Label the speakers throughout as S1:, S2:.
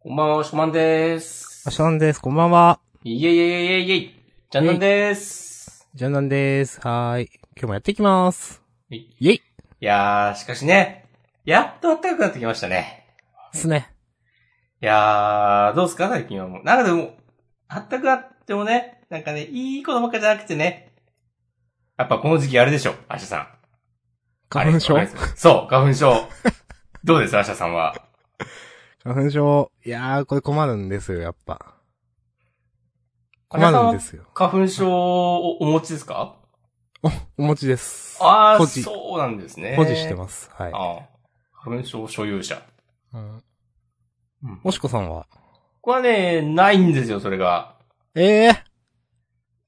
S1: こんばんは、おしまんでーす。
S2: あしゃんです。こんばんは。
S1: いえいえいえいえいえじゃんなんでーす。
S2: ジャンダンです。はーい。今日もやっていきます。
S1: はい
S2: イェイ
S1: いやー、しかしね、やっと暖かくなってきましたね。
S2: ですね。
S1: いやー、どうすか最近はもう。なんかでも、暖かくなってもね、なんかね、いいことばっかじゃなくてね。やっぱこの時期あれでしょ、アシャさん。
S2: 花粉症
S1: あれわかりますそう、花粉症。どうです、アシャさんは。
S2: 花粉症。いやー、これ困るんですよ、やっぱ。
S1: 花
S2: 困
S1: 粉症
S2: る
S1: は
S2: んですよ。
S1: 花粉症をお持ちですか
S2: お持ちです。
S1: あー、
S2: 保持
S1: そうなんですね。
S2: 保持して
S1: す。
S2: ます。はい。
S1: あー花粉症所有者。
S2: うん
S1: うん
S2: もしこさんは
S1: これはね、ないんですよ、それが。
S2: えー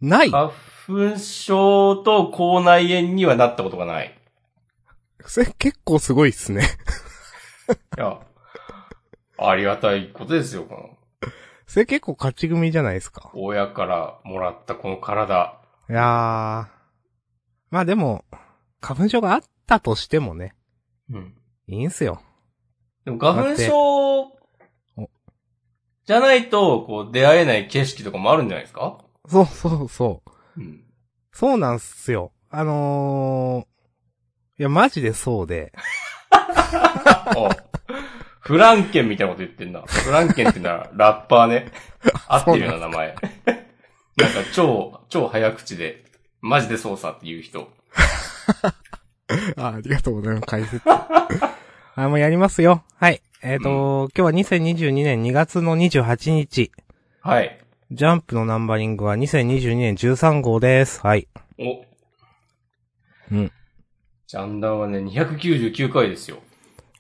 S2: ない
S1: 花粉症と口内炎にはなったことがない。
S2: それ結構すごいっすね。
S1: いや、ありがたいことですよ、この、
S2: それ結構勝ち組じゃないですか。
S1: 親からもらったこの体。
S2: いやー。まあでも、花粉症があったとしてもね、
S1: うん。
S2: いいんすよ。
S1: でも花粉症じゃないと、こう、出会えない景色とかもあるんじゃないですか
S2: そうそうそう。
S1: うん。
S2: そうなんすよ。あのー、いや、マジでそうで。
S1: おフランケンみたいなこと言ってんな。フランケンってのはラッパーね。合ってるような名前。なんか超、超早口で、マジで操作っていう人。
S2: あありがとうございます、解説。 あ、もうやりますよ。はい。えっ、と、今日は2022年2月の28日。
S1: はい。
S2: ジャンプのナンバリングは2022年13号です。はい。
S1: お。
S2: うん。
S1: ジャンダンはね、299回ですよ。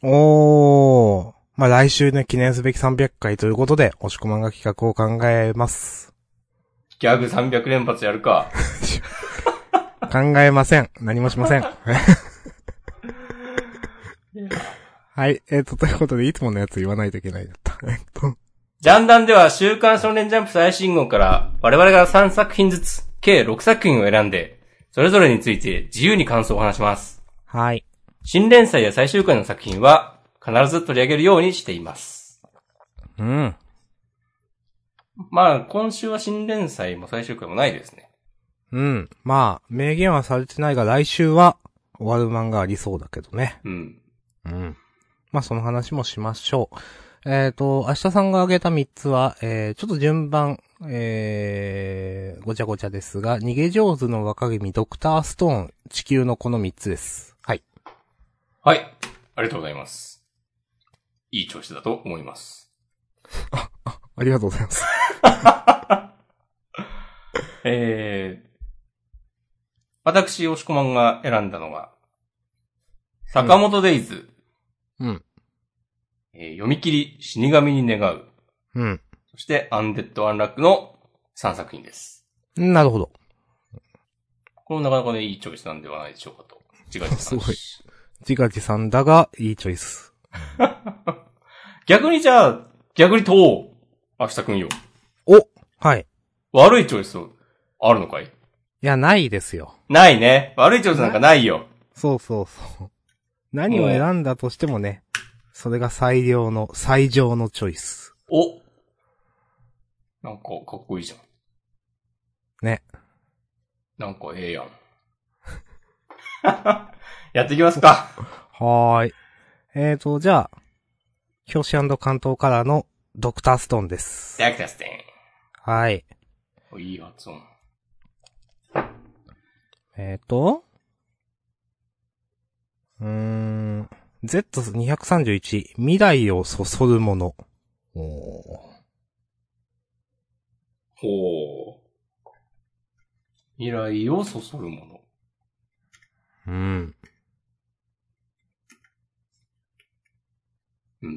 S2: おー。まあ、来週ね、記念すべき300回ということで、押し込まんが企画を考えます。
S1: ギャグ300連発やるか。
S2: 考えません。何もしません。 はい。えっ、と、ということで、いつものやつ言わないといけないだった。 えっと、
S1: ジャンダンでは週刊少年ジャンプ最新号から我々が3作品ずつ、計6作品を選んで、それぞれについて自由に感想を話します。
S2: はい。
S1: 新連載や最終回の作品は必ず取り上げるようにしています。
S2: うん。
S1: まあ、今週は新連載も最終回もないですね。
S2: うん。まあ、明言はされてないが、来週は終わる漫画ありそうだけどね。
S1: うん。
S2: うん。まあ、その話もしましょう。えっ、と、明日さんが挙げた3つは、えー、ちょっと順番、えー、ごちゃごちゃですが、逃げ上手の若君、ドクターストーン、地球のこの3つです。はい。
S1: はい。ありがとうございます。いい調子だと思います。
S2: ありがとうございます。
S1: えー、私、押し込まんが選んだのが、坂本デイズ、
S2: うん。
S1: えー読み切り、死神に願う、
S2: うん。
S1: そして、アンデッド・アンラックの3作品です。
S2: なるほど。
S1: これもなかなかね、いいチョイスなんではないでしょうかと。違う
S2: すごい自画自賛だが、いいチョイス。
S1: 逆にじゃあ、逆にと、明日くんよ。
S2: おはい。い
S1: 悪いチョイスあるのかい
S2: や、ないですよ。
S1: ないね。悪いチョイスなんかないよ。
S2: そうそうそう。何を選んだとしてもね、それが最良の、最上のチョイス。
S1: おなんか、かっこいいじゃん。
S2: ね。
S1: なんか、ええやん。 やっていきますか。
S2: はーい。えーと、じゃあ、表紙関東カラーのドクターストーンです。
S1: ダクタステ
S2: はい。
S1: ン。いい発音。
S2: えーと、うーん、Z231、未来をそそるもの。お
S1: ほう。未来をそそるもの。
S2: ー。うん。
S1: うん。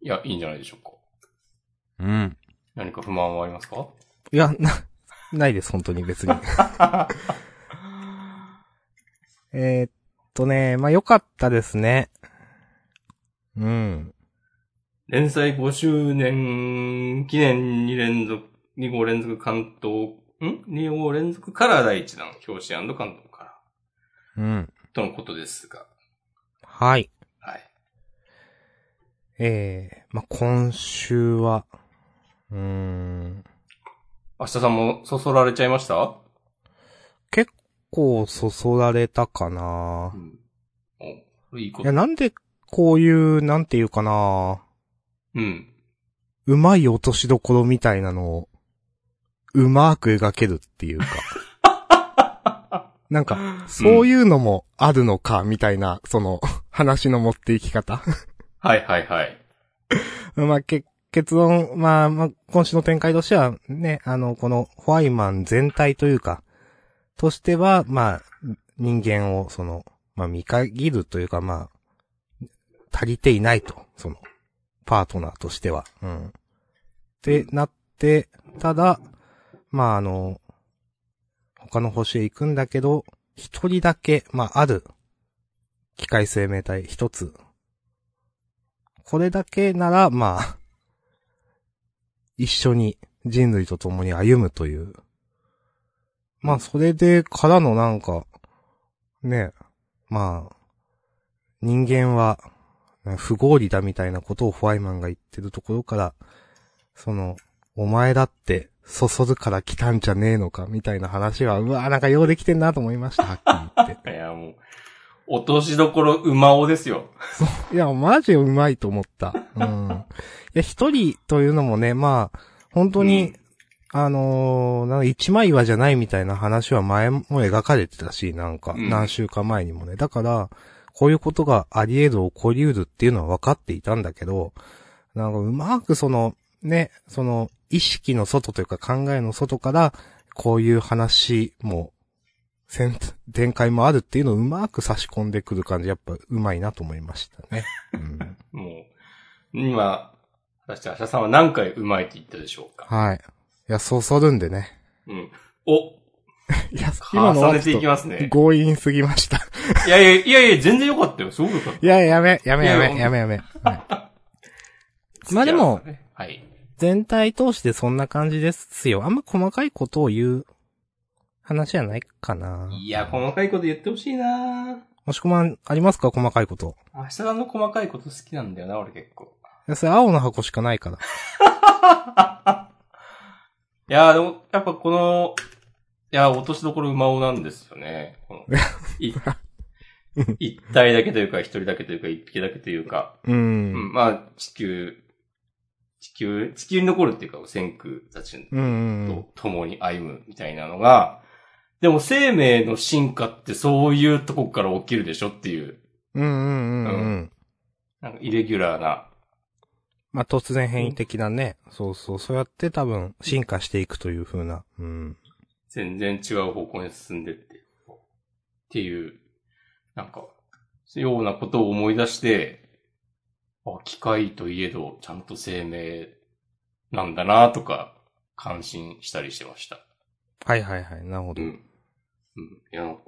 S1: いや、いいんじゃないでしょうか。
S2: うん。
S1: 何か不満はありますか
S2: いや、な、ないです、本当に 別に。えーっとね、まあ、良かったですね。うん。
S1: 連載5周年記念2連続、2号連続関東、ん ?2 号連続カラー第1弾、表紙関東カラ
S2: うん。
S1: ー。とのことですが。
S2: はい。
S1: はい。
S2: ええまあ、今週は、うーん、
S1: 明日さんもそそられちゃいました
S2: 結構そそられたかな
S1: うん。お、それいいこ
S2: いや、
S1: と。
S2: なんでこういう、なんていうかな
S1: うん。
S2: うまい落としどころみたいなのを、うまーく描けるっていうか。なんか、そういうのもあるのか、みたいな、その、話の持っていき方。
S1: はいはいはい。
S2: まあ、け結論、まあ、まあ、今週の展開としては、ね、あの、この、ホワイマン全体というか、としては、まあ、人間を、その、まあ、見限るというか、まあ、足りていないと、その、パートナーとしては。うん。ってなって、ただ、まあ、あの、他の星へ行くんだけど、一人だけ、まあ、ある、機械生命体一つ。これだけなら、まあ、 一緒に人類と共に歩むという。まあ、それで、からのなんか、ね、まあ、人間は、不合理だみたいなことをホワイマンが言ってるところから、その、お前だって、そそるから来たんじゃねえのか、みたいな話は、うわなんかようできてんなと思いました、はっきり言って。
S1: いや、もう、落としどころ馬尾ですよ。
S2: いや、マジうまいと思った。うん。いや、一人というのもね、まあ、本当に、
S1: うん
S2: あのーなんか一枚岩じゃないみたいな話は前も描かれてたし、なんか、
S1: うん
S2: 何週間前にもね。だから、こういうことがあり得る、起こり得るっていうのは分かっていたんだけど、なんかうまくその、ね、その、意識の外というか考えの外から、こういう話も、せん展開もあるっていうのをうまく差し込んでくる感じ、やっぱうまいなと思いましたね。うん、
S1: もう、今、果たして明日さんは何回うまいって言ったでしょうか
S2: はい。いや、そそるんでね。
S1: うん。お、
S2: いや、今の
S1: 重
S2: は
S1: ねて
S2: ちょ
S1: い
S2: っ
S1: き
S2: と
S1: ますね。
S2: 強引すぎました。
S1: いやいや、いやいや、全然良かったよ。すごく良かった。
S2: いや、やめ、やめ、や
S1: い
S2: め、
S1: や
S2: やめ、やめ。はい、まあでも、
S1: はい。
S2: 全体通してそんな感じですよ。あんま細かいことを言う話じゃないかな。
S1: いや、細かいこと言ってほしいな
S2: もしくは、ありますか細かいこと。
S1: 明日さんの細かいこと好きなんだよな、俺結構。
S2: いや、それ青の箱しかないから。
S1: いやーでも、やっぱこの、いやー落としどころ馬尾なんですよね。この い一体だけというか、一人だけというか、一匹だけというか、
S2: う。
S1: うんん、まあ、地球、地球、地球に残るっていうか、先駆たち
S2: うん。うんうん
S1: と共に歩むみたいなのが、でも生命の進化ってそういうとこから起きるでしょっていう、
S2: うんうんうんうん。
S1: なんかイレギュラーな、
S2: まあ、突然変異的なね。そうそう。そうやって多分進化していくという風な。うん。
S1: 全然違う方向に進んでって、っていう、なんか、ようなことを思い出して、あ、機械といえど、ちゃんと生命なんだなとか、感心したりしてました。
S2: はいはいはい。なるほ
S1: う
S2: ど。
S1: ん。うん。いや、なんか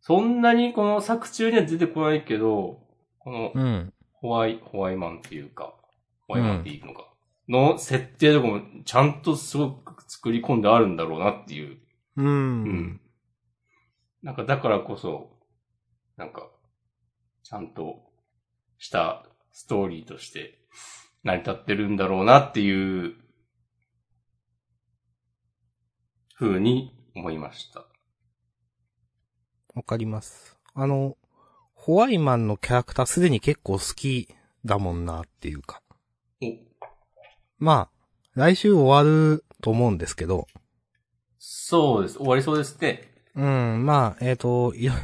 S1: そんなにこの作中には出てこないけど、この
S2: うん。
S1: ホワイ、ホワイマンっていうか、ホワイマンっていうのか、の設定とかもちゃんとすごく作り込んであるんだろうなっていう。
S2: う。。
S1: うんなんかだからこそ、なんか、ちゃんとしたストーリーとして成り立ってるんだろうなっていう、風に思いました。
S2: わかります。あの、ホワイマンのキャラクターすでに結構好きだもんなっていうか。
S1: お、
S2: まあ、来週終わると思うんですけど。
S1: そうです。終わりそうですね。
S2: うん、まあ、えっ、と、いろ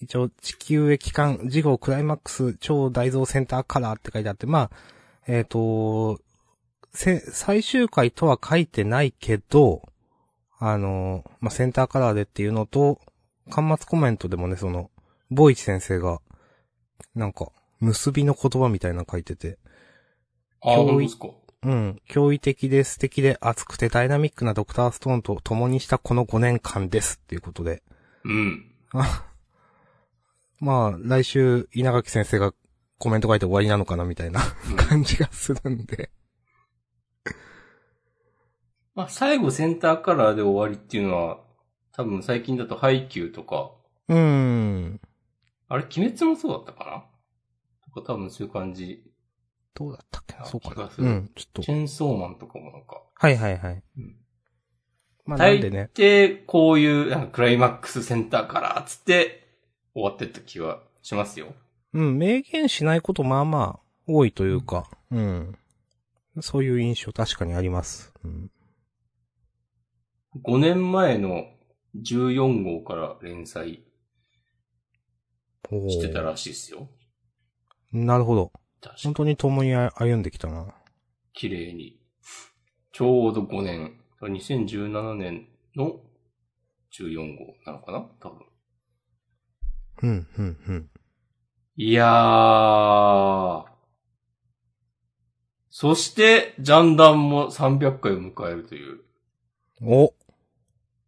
S2: 一応、地球へ帰還、事後クライマックス超大蔵センターカラーって書いてあって、まあ、えっ、と、せ、最終回とは書いてないけど、あの、まあ、センターカラーでっていうのと、端末コメントでもね、その、ボイチ先生が、なんか、結びの言葉みたいなの書いてて、
S1: ああ、
S2: 教育
S1: どうですか。
S2: うん。驚異的で素敵で熱くてダイナミックなドクターストーンと共にしたこの5年間ですっていうことで。
S1: うん。
S2: あまあ、来週、稲垣先生がコメント書いて終わりなのかなみたいな感じがするんで。
S1: まあ、最後センターカラーで終わりっていうのは、多分最近だとハイキューとか、
S2: うーん。
S1: あれ、鬼滅もそうだったかこれ多分そういう感じ。
S2: どうだったっけな
S1: あ
S2: そうか
S1: 気
S2: な
S1: が。す
S2: う
S1: る
S2: ん、ちょっ
S1: チ
S2: と。
S1: ェーンソーマンとかもなんか。
S2: はいはいはい。
S1: うん
S2: まあな
S1: 大
S2: んでね。
S1: 抵、こういう、なんかクライマックスセンターから、つって、終わってった気がしますよ。
S2: うん、明言しないことまあまあ多いというか、うん。そういう印象確かにあります。うん。
S1: 5年前の14号から連載
S2: おー
S1: してたらしいですよ。
S2: なるほど。
S1: 確
S2: 本
S1: か
S2: 当に共に歩んできたな。
S1: 綺麗に。ちょうど5年。2017年の14号なのかな多分。
S2: うん、うん、うん。
S1: いやー。そして、ジャンダンも300回を迎えるという。
S2: お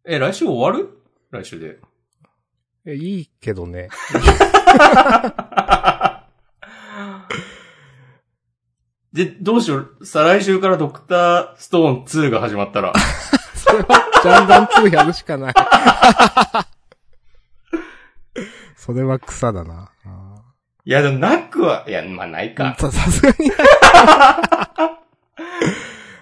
S1: え、来週終わる来週で。
S2: えいいけどね。
S1: で、どうしよう。再来週からドクターストーン2が始ま ったら。
S2: それは、ジャンダン2やるしかない。それは草だな。あ
S1: いや、でもなくは、いや、まあない
S2: ー
S1: か。
S2: さ、さすがに。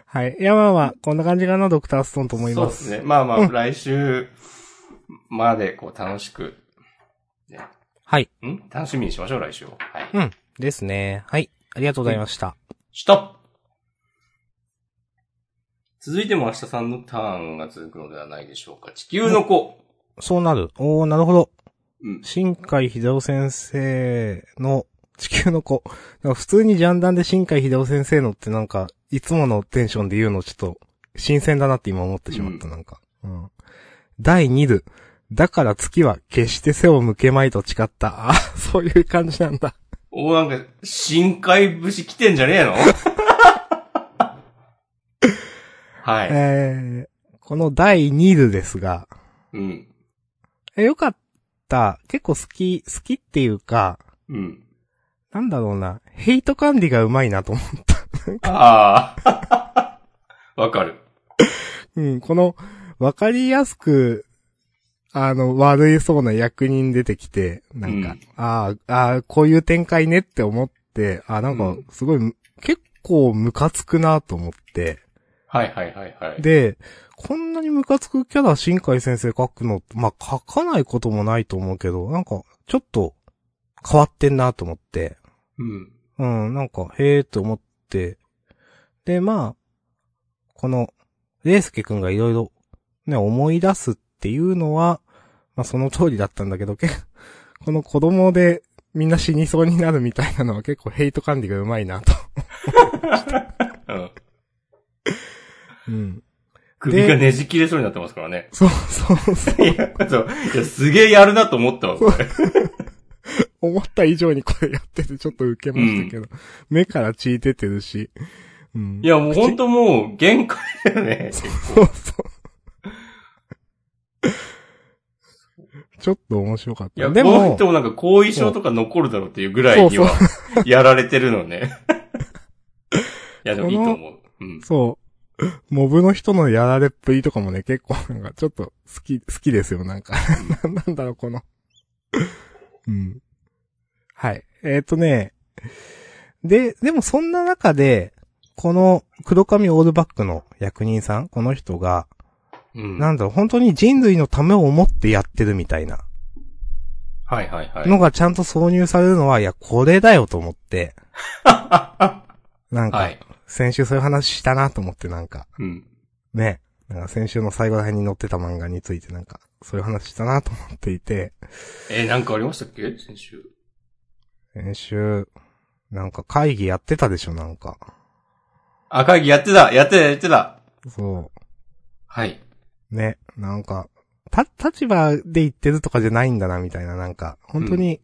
S2: はい。いや、まあまあ、こんな感じかな、ドクターストーンと思い
S1: そう
S2: ま。
S1: ですすね。まあま
S2: う
S1: あ、
S2: ん
S1: 来週までこう楽しく、
S2: はい。
S1: ん楽しみにしましょう、来週を。はい。
S2: うん。ですね。はい。ありがとうございました。
S1: した続いても明日さんのターンが続くのではないでしょうか。地球の子。
S2: そうなる。おー、なるほど。
S1: うん。
S2: 新海秀夫先生の地球の子。 なんか普通にジャンダンで新海秀夫先生のってなんか、いつものテンションで言うのちょっと、新鮮だなって今思ってしまった、なんか。うん。第2部。だから月は決して背を向けまいと誓った。 あ、そういう感じなんだ。
S1: おーなんか、深海節来てんじゃねえの はい。
S2: えー、この第2部ですが、
S1: うん。
S2: え、よかった。結構好き、好きっていうか、
S1: うん。
S2: なんだろうな。ヘイト管理がうまいなと思った。
S1: ああ。 わかる。
S2: うん、この、わかりやすく、あの、悪いそうな役人出てきて、なんか、
S1: うん
S2: ああ、ああ、こういう展開ねって思って、ああ、なん
S1: う
S2: か
S1: ん、
S2: すごい、結構ムカつくなと思って。
S1: はいはいはいはい。
S2: で、こんなにムカつくキャラ、新海先生書くの、まあ、書かないこともないと思うけど、なんか、ちょっと、変わってんなと思って。
S1: うん。
S2: うん、なんか、へえーって思って。で、まあ、この、レイスケくんがいろいろ、ね、思い出すっていうのは、まあその通りだったんだけど、 けこの子供でみんな死にそうになるみたいなのは結構ヘイト管理がうまいなと。
S1: うん。
S2: うん。
S1: 首がねじ切れそうになってますから ね。
S2: そうそうそう。
S1: いや、そう。いや、すげえやるなと思ったわ、これ。
S2: 思った以上にこれやっててちょっと受けましたけど、目から血出てるし。うん。
S1: いや、もうほんともう、限界だよね。
S2: そうそう。ちょっと面白かっ
S1: いや、
S2: た。
S1: こ
S2: で
S1: の
S2: も、
S1: 人もなんか後遺症とか残るだろうっていうぐらいには、やられてるの ね。いや、でもいいと思う。うん。
S2: そう、 モブの人のやられっぷりとかもね、結構なんかちょっと好き、好きですよ、なんか。 なんだろう、この。うん。はい。えーっ、とね、で、でもそんな中で、この黒髪オールバックの役人さん、この人が、
S1: うん。
S2: なんだろう、本当に人類のためを思ってやってるみたいな。
S1: はいはいはい。
S2: のがちゃんと挿入されるのは、いや、これだよと 思って。なん
S1: は
S2: か、
S1: い。
S2: 先週そういう話したなと思って、なんか、
S1: うん。
S2: ね。なんか先週の最後ら辺に載ってた漫画についてなんか、そういう話したなと思っていて、
S1: えーなんかありましたっけ先週。
S2: 先週、なんか会議やってたでしょ、なんか。
S1: あ、会議やってたやってたやってた
S2: そ
S1: はい。
S2: う。ね。なんか、た、立場で言ってるとかじゃないんだな、みたいな、なんか、本当に、い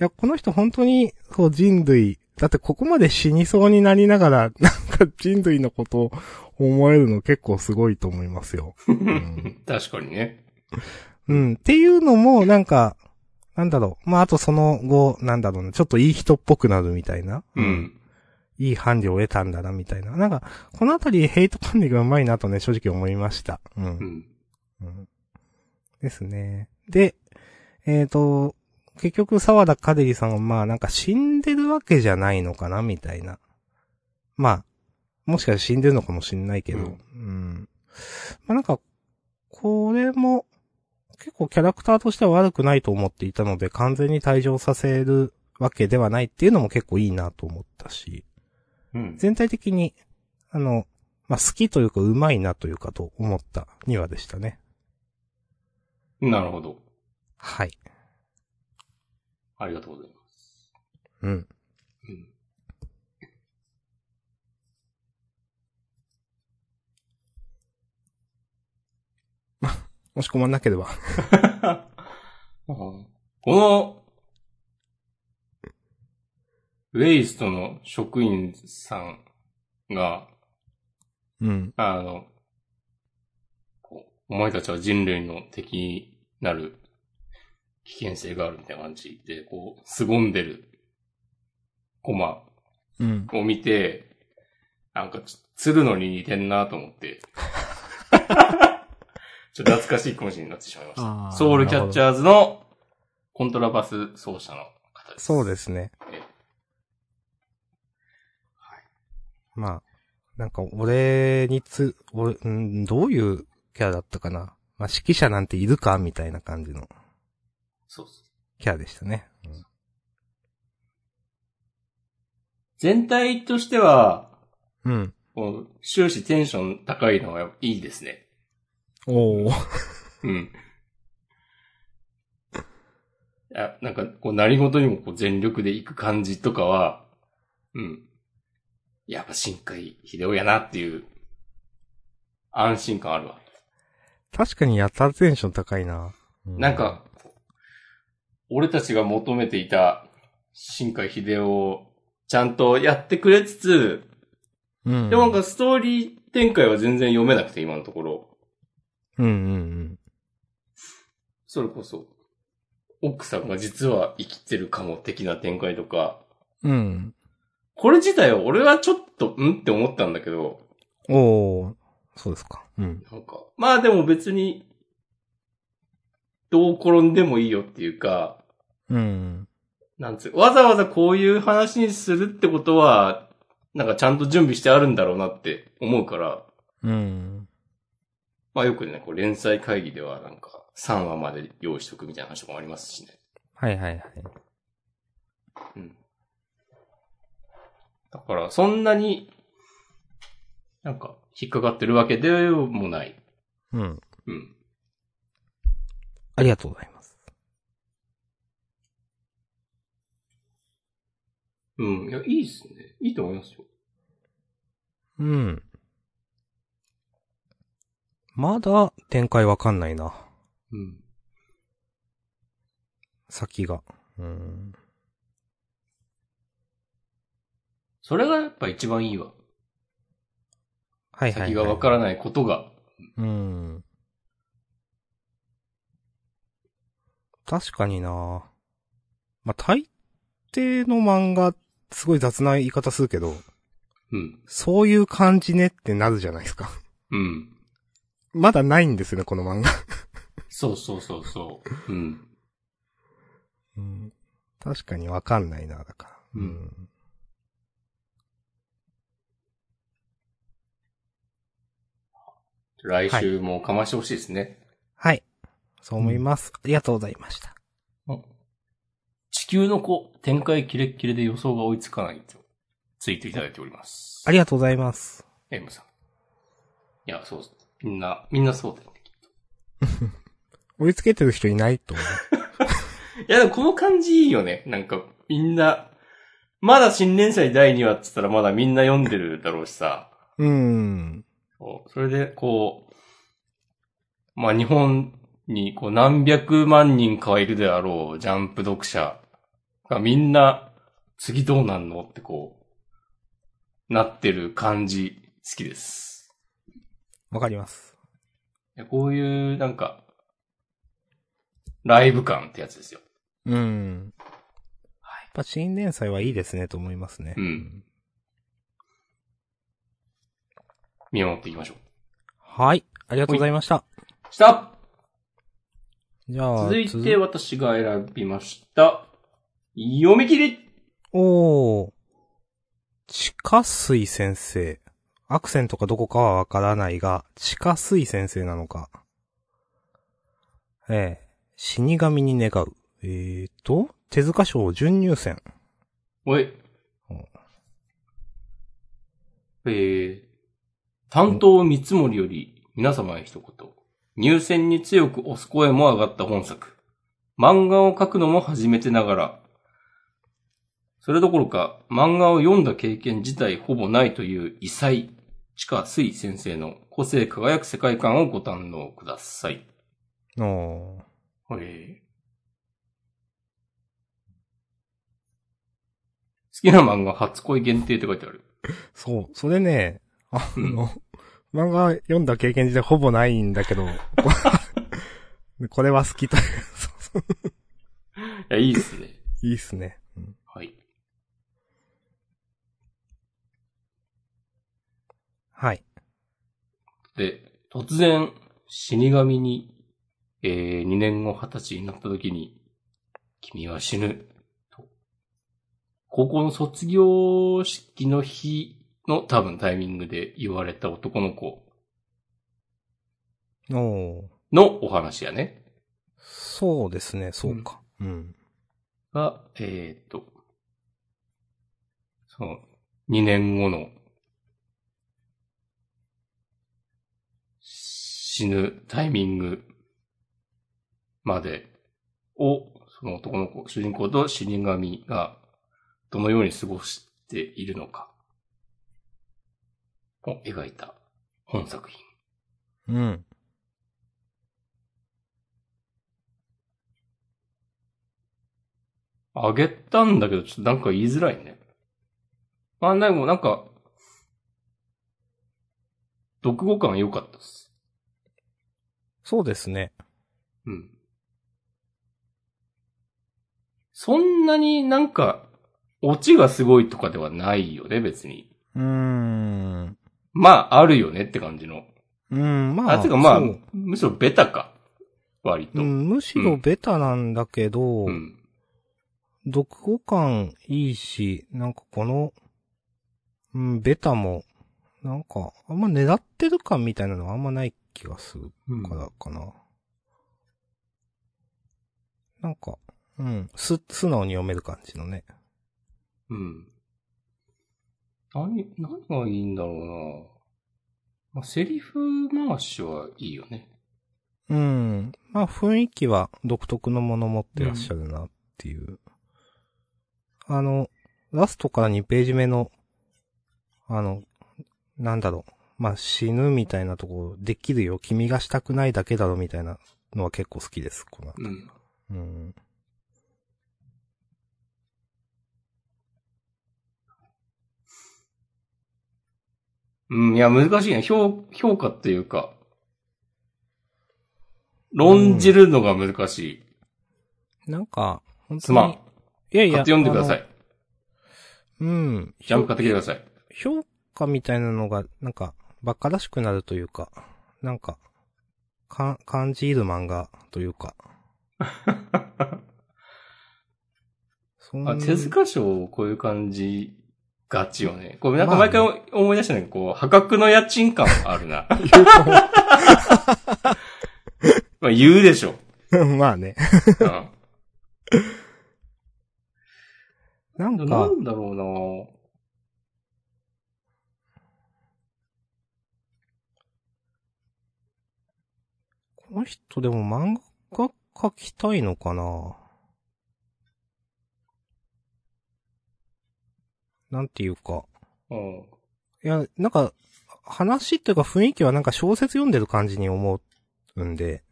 S2: や、この人本当に、そう、人類、だってここまで死にそうになりながら、なんか人類のことを思えるの結構すごいと思いますよ。うん、
S1: 確かにね。
S2: うん。っていうのも、なんか、なんだろう。まあ、あとその後、なんだろうな、ちょっといい人っぽくなるみたいな。
S1: うん。
S2: いい伴侶を得たんだな、みたいな。なんか、このあたりヘイト管理がうまいなとね、正直思いました。
S1: う
S2: う。
S1: んん。
S2: うん、ですね。で、えっ、と、結局、沢田カデリさんは、まあなんか死んでるわけじゃないのかな、みたいな。まあ、もしかしたら死んでるのかもしんないけど。う
S1: うんん。
S2: まあなんか、これも、結構キャラクターとしては悪くないと思っていたので、完全に退場させるわけではないっていうのも結構いいなと思ったし、
S1: うん。
S2: 全体的に、あの、まあ好きというか、うまいなというかと思った2話でしたね。
S1: なるほど。
S2: はい。
S1: ありがとうございま
S2: うん。
S1: す。うん。
S2: もし困んなければ。
S1: あこの、ウェイストの職員さんが、
S2: うん。
S1: あの、こうお前たちは人類の敵になる危険性があるみたいな感じで、こう、凄んでるコマ
S2: うん。
S1: を見て、なんかちょ、鶴野に似てんなと思 って。ちょっと懐かしい気持ちになってしまいました。
S2: あ
S1: ソウルキャッチ
S2: ー。
S1: ャーズのコントラバス奏者の方です。。
S2: そうですすね
S1: え。
S2: まあ、なんか俺につ、俺、うんどういうキャラだったかな。まあ指揮者なんているかみたいな感じの
S1: そうそう
S2: キャラでしたね。
S1: 全体としては、
S2: うん。
S1: こう終始テンション高いのがいいですね。
S2: おお。
S1: うん。いや、なんか、こう、何事にもこう全力で行く感じとかは、うん。やっぱ新海秀夫やなっていう、安心感あるわ。
S2: 確かにやたらテンション高いな。う
S1: なん、か、俺たちが求めていた新海秀夫をちゃんとやってくれつつ、
S2: うん。
S1: でもなんかストーリー展開は全然読めなくて、今のところ。
S2: うんうん
S1: それこそ、奥さんが実は生きてるかも的な展開とか、
S2: うん。うん。
S1: これ自体は俺はちょっと、んって思ったんだけど、
S2: おお。そうですか。うん。
S1: なんか、まあでも別に、どう転んでもいいよっていうか、
S2: うん。
S1: なんつう、わざわざこういう話にするってことは、なんかちゃんと準備してあるんだろうなって思うから、
S2: うん。
S1: まあよくね、こう連載会議ではなんか3話まで用意しとくみたいな話とかもありますしね。
S2: はいはいはい。
S1: うん。だからそんなに、なんか引っかかってるわけでもない。
S2: うん。
S1: うん。
S2: ありがとうございます。
S1: うん。いや、いいっすね。いいと思いますよ。
S2: うん。まだ展開わかんないな。
S1: うん。
S2: 先が。うん。
S1: それがやっぱ一番いいわ。
S2: はいはい、はい。
S1: 先がわからないことが。
S2: うん。確かになまあ、大抵の漫画、すごい雑な言い方するけど、
S1: うん。
S2: そういう感じねってなるじゃないですか。
S1: うん。
S2: まだないんですよね、この漫画。
S1: そうそうそうそう。うん。
S2: うん。確かにわかんないな、だから。
S1: うん来週もかましてほしいですね。
S2: はい。そう思います。ありがとうございました。
S1: 地球の子、展開キレッキレで予想が追いつかないと、ツイートいただいております。
S2: ありがとうございます。
S1: M さん。いや、そう、みんな、みんなそうだよね。
S2: 追いつけてる人いないと思
S1: いや、でもこの感じいいよね。なんか、みんな、まだ新連載第2話って言ったらまだみんな読んでるだろうしさ。
S2: う。うん。
S1: そうそれで、こう、まあ、日本に、こう、何百万人かはいるであろう、ジャンプ読者がみんな、次どうなんのってこう、なってる感じ、好きです。
S2: わかります。
S1: いやこういう、なんか、ライブ感ってやつですよ。
S2: うん。やっぱ新連載はいいですねと思いますね。
S1: うん。見守っていきましょう。
S2: はい。ありがとうございました。
S1: した
S2: じゃあ、
S1: 続いて私が選びました。読み切り
S2: おー。地下水先生。アクセントかどこかはわからないが、地下水先生なのか。ええ死神に願う。えーと、手塚賞準入選。
S1: おい
S2: うん。
S1: えー、担当三つ森より皆様へ一言。入選に強く推す声も上がった本作。漫画を描くのも初めてながら、それどころか漫画を読んだ経験自体ほぼないという異彩、地下水先生の個性輝く世界観をご堪能ください。
S2: おー。
S1: はい。好きな漫画、初恋限定って書いてある。
S2: そう、それね、あ
S1: うん
S2: の、漫画読んだ経験自体ほぼないんだ けど、これは好きという、そうそ
S1: いや、いいですね。
S2: ういいっすね。うん
S1: はい。
S2: はい。
S1: で、突然、死神に、えー、2年後二十歳になった時に、君は死ぬ、と。高校の卒業式の日の多分タイミングで言われた男の子
S2: おー。
S1: のお話やね。
S2: そうですね、そうか。うん。
S1: が、えーっと、その、2年後の、死ぬタイミングまでを、その男の子、主人公と死神が、どのように過ごしているのか、を描いた本作品。
S2: うん。
S1: あげたんだけど、ちょっとなんか言いづらいね。まあでもなんか、読語感良かったっす。
S2: そうですね。
S1: うん。そんなになんか、オチがすごいとかではないよね、別に。
S2: うーん。
S1: まあ、あるよねって感じの。
S2: うん、ま
S1: あ、
S2: あ。
S1: てかまあ
S2: そう、
S1: むしろベタか。割と。
S2: う
S1: うん。
S2: ん、むしろベタなんだけど、読語感いいし、なんかこの、うん、ベタも、なんか、あんま狙ってる感みたいなのはあんまない気がする
S1: うん
S2: からかな。なんか、うん、す、素直に読める感じのね。
S1: うん。何、何がいいんだろうなまあ、セリフ回しはいいよね。
S2: うん。まあ雰囲気は独特のもの持ってらっしゃるなっていう。あの、ラストから2ページ目の、あの、なんだろう。まあ死ぬみたいなところ、できるよ。君がしたくないだけだろみたいなのは結構好きです。この、
S1: うん。
S2: うん。
S1: うん、いや、難しいね。評、評価っていうか、論じるのが難しい。
S2: なんか、本
S1: す
S2: 当に。
S1: まん。
S2: いやいや。
S1: 買って読んでくださ
S2: あ
S1: い。
S2: の。うん。
S1: ジャンプ買ってきてください。
S2: 評価みたいなのが、なんか、バカらしくなるというか、なんか、か、感じる漫画というか。そん
S1: あ、手塚賞、こういう感じ、ガチよね。これなんか毎回思い出したね。こう、破格の家賃感あるな。
S2: 言う
S1: まあ、言うでしょ。
S2: と思う まあね。
S1: うん
S2: なんか、
S1: なんだろ
S2: この人でも漫画家描きたいのかななんていうか。
S1: うなうん。
S2: いや、なんか、話っていうか雰囲気はなんか小説読んでる感じに思うんで。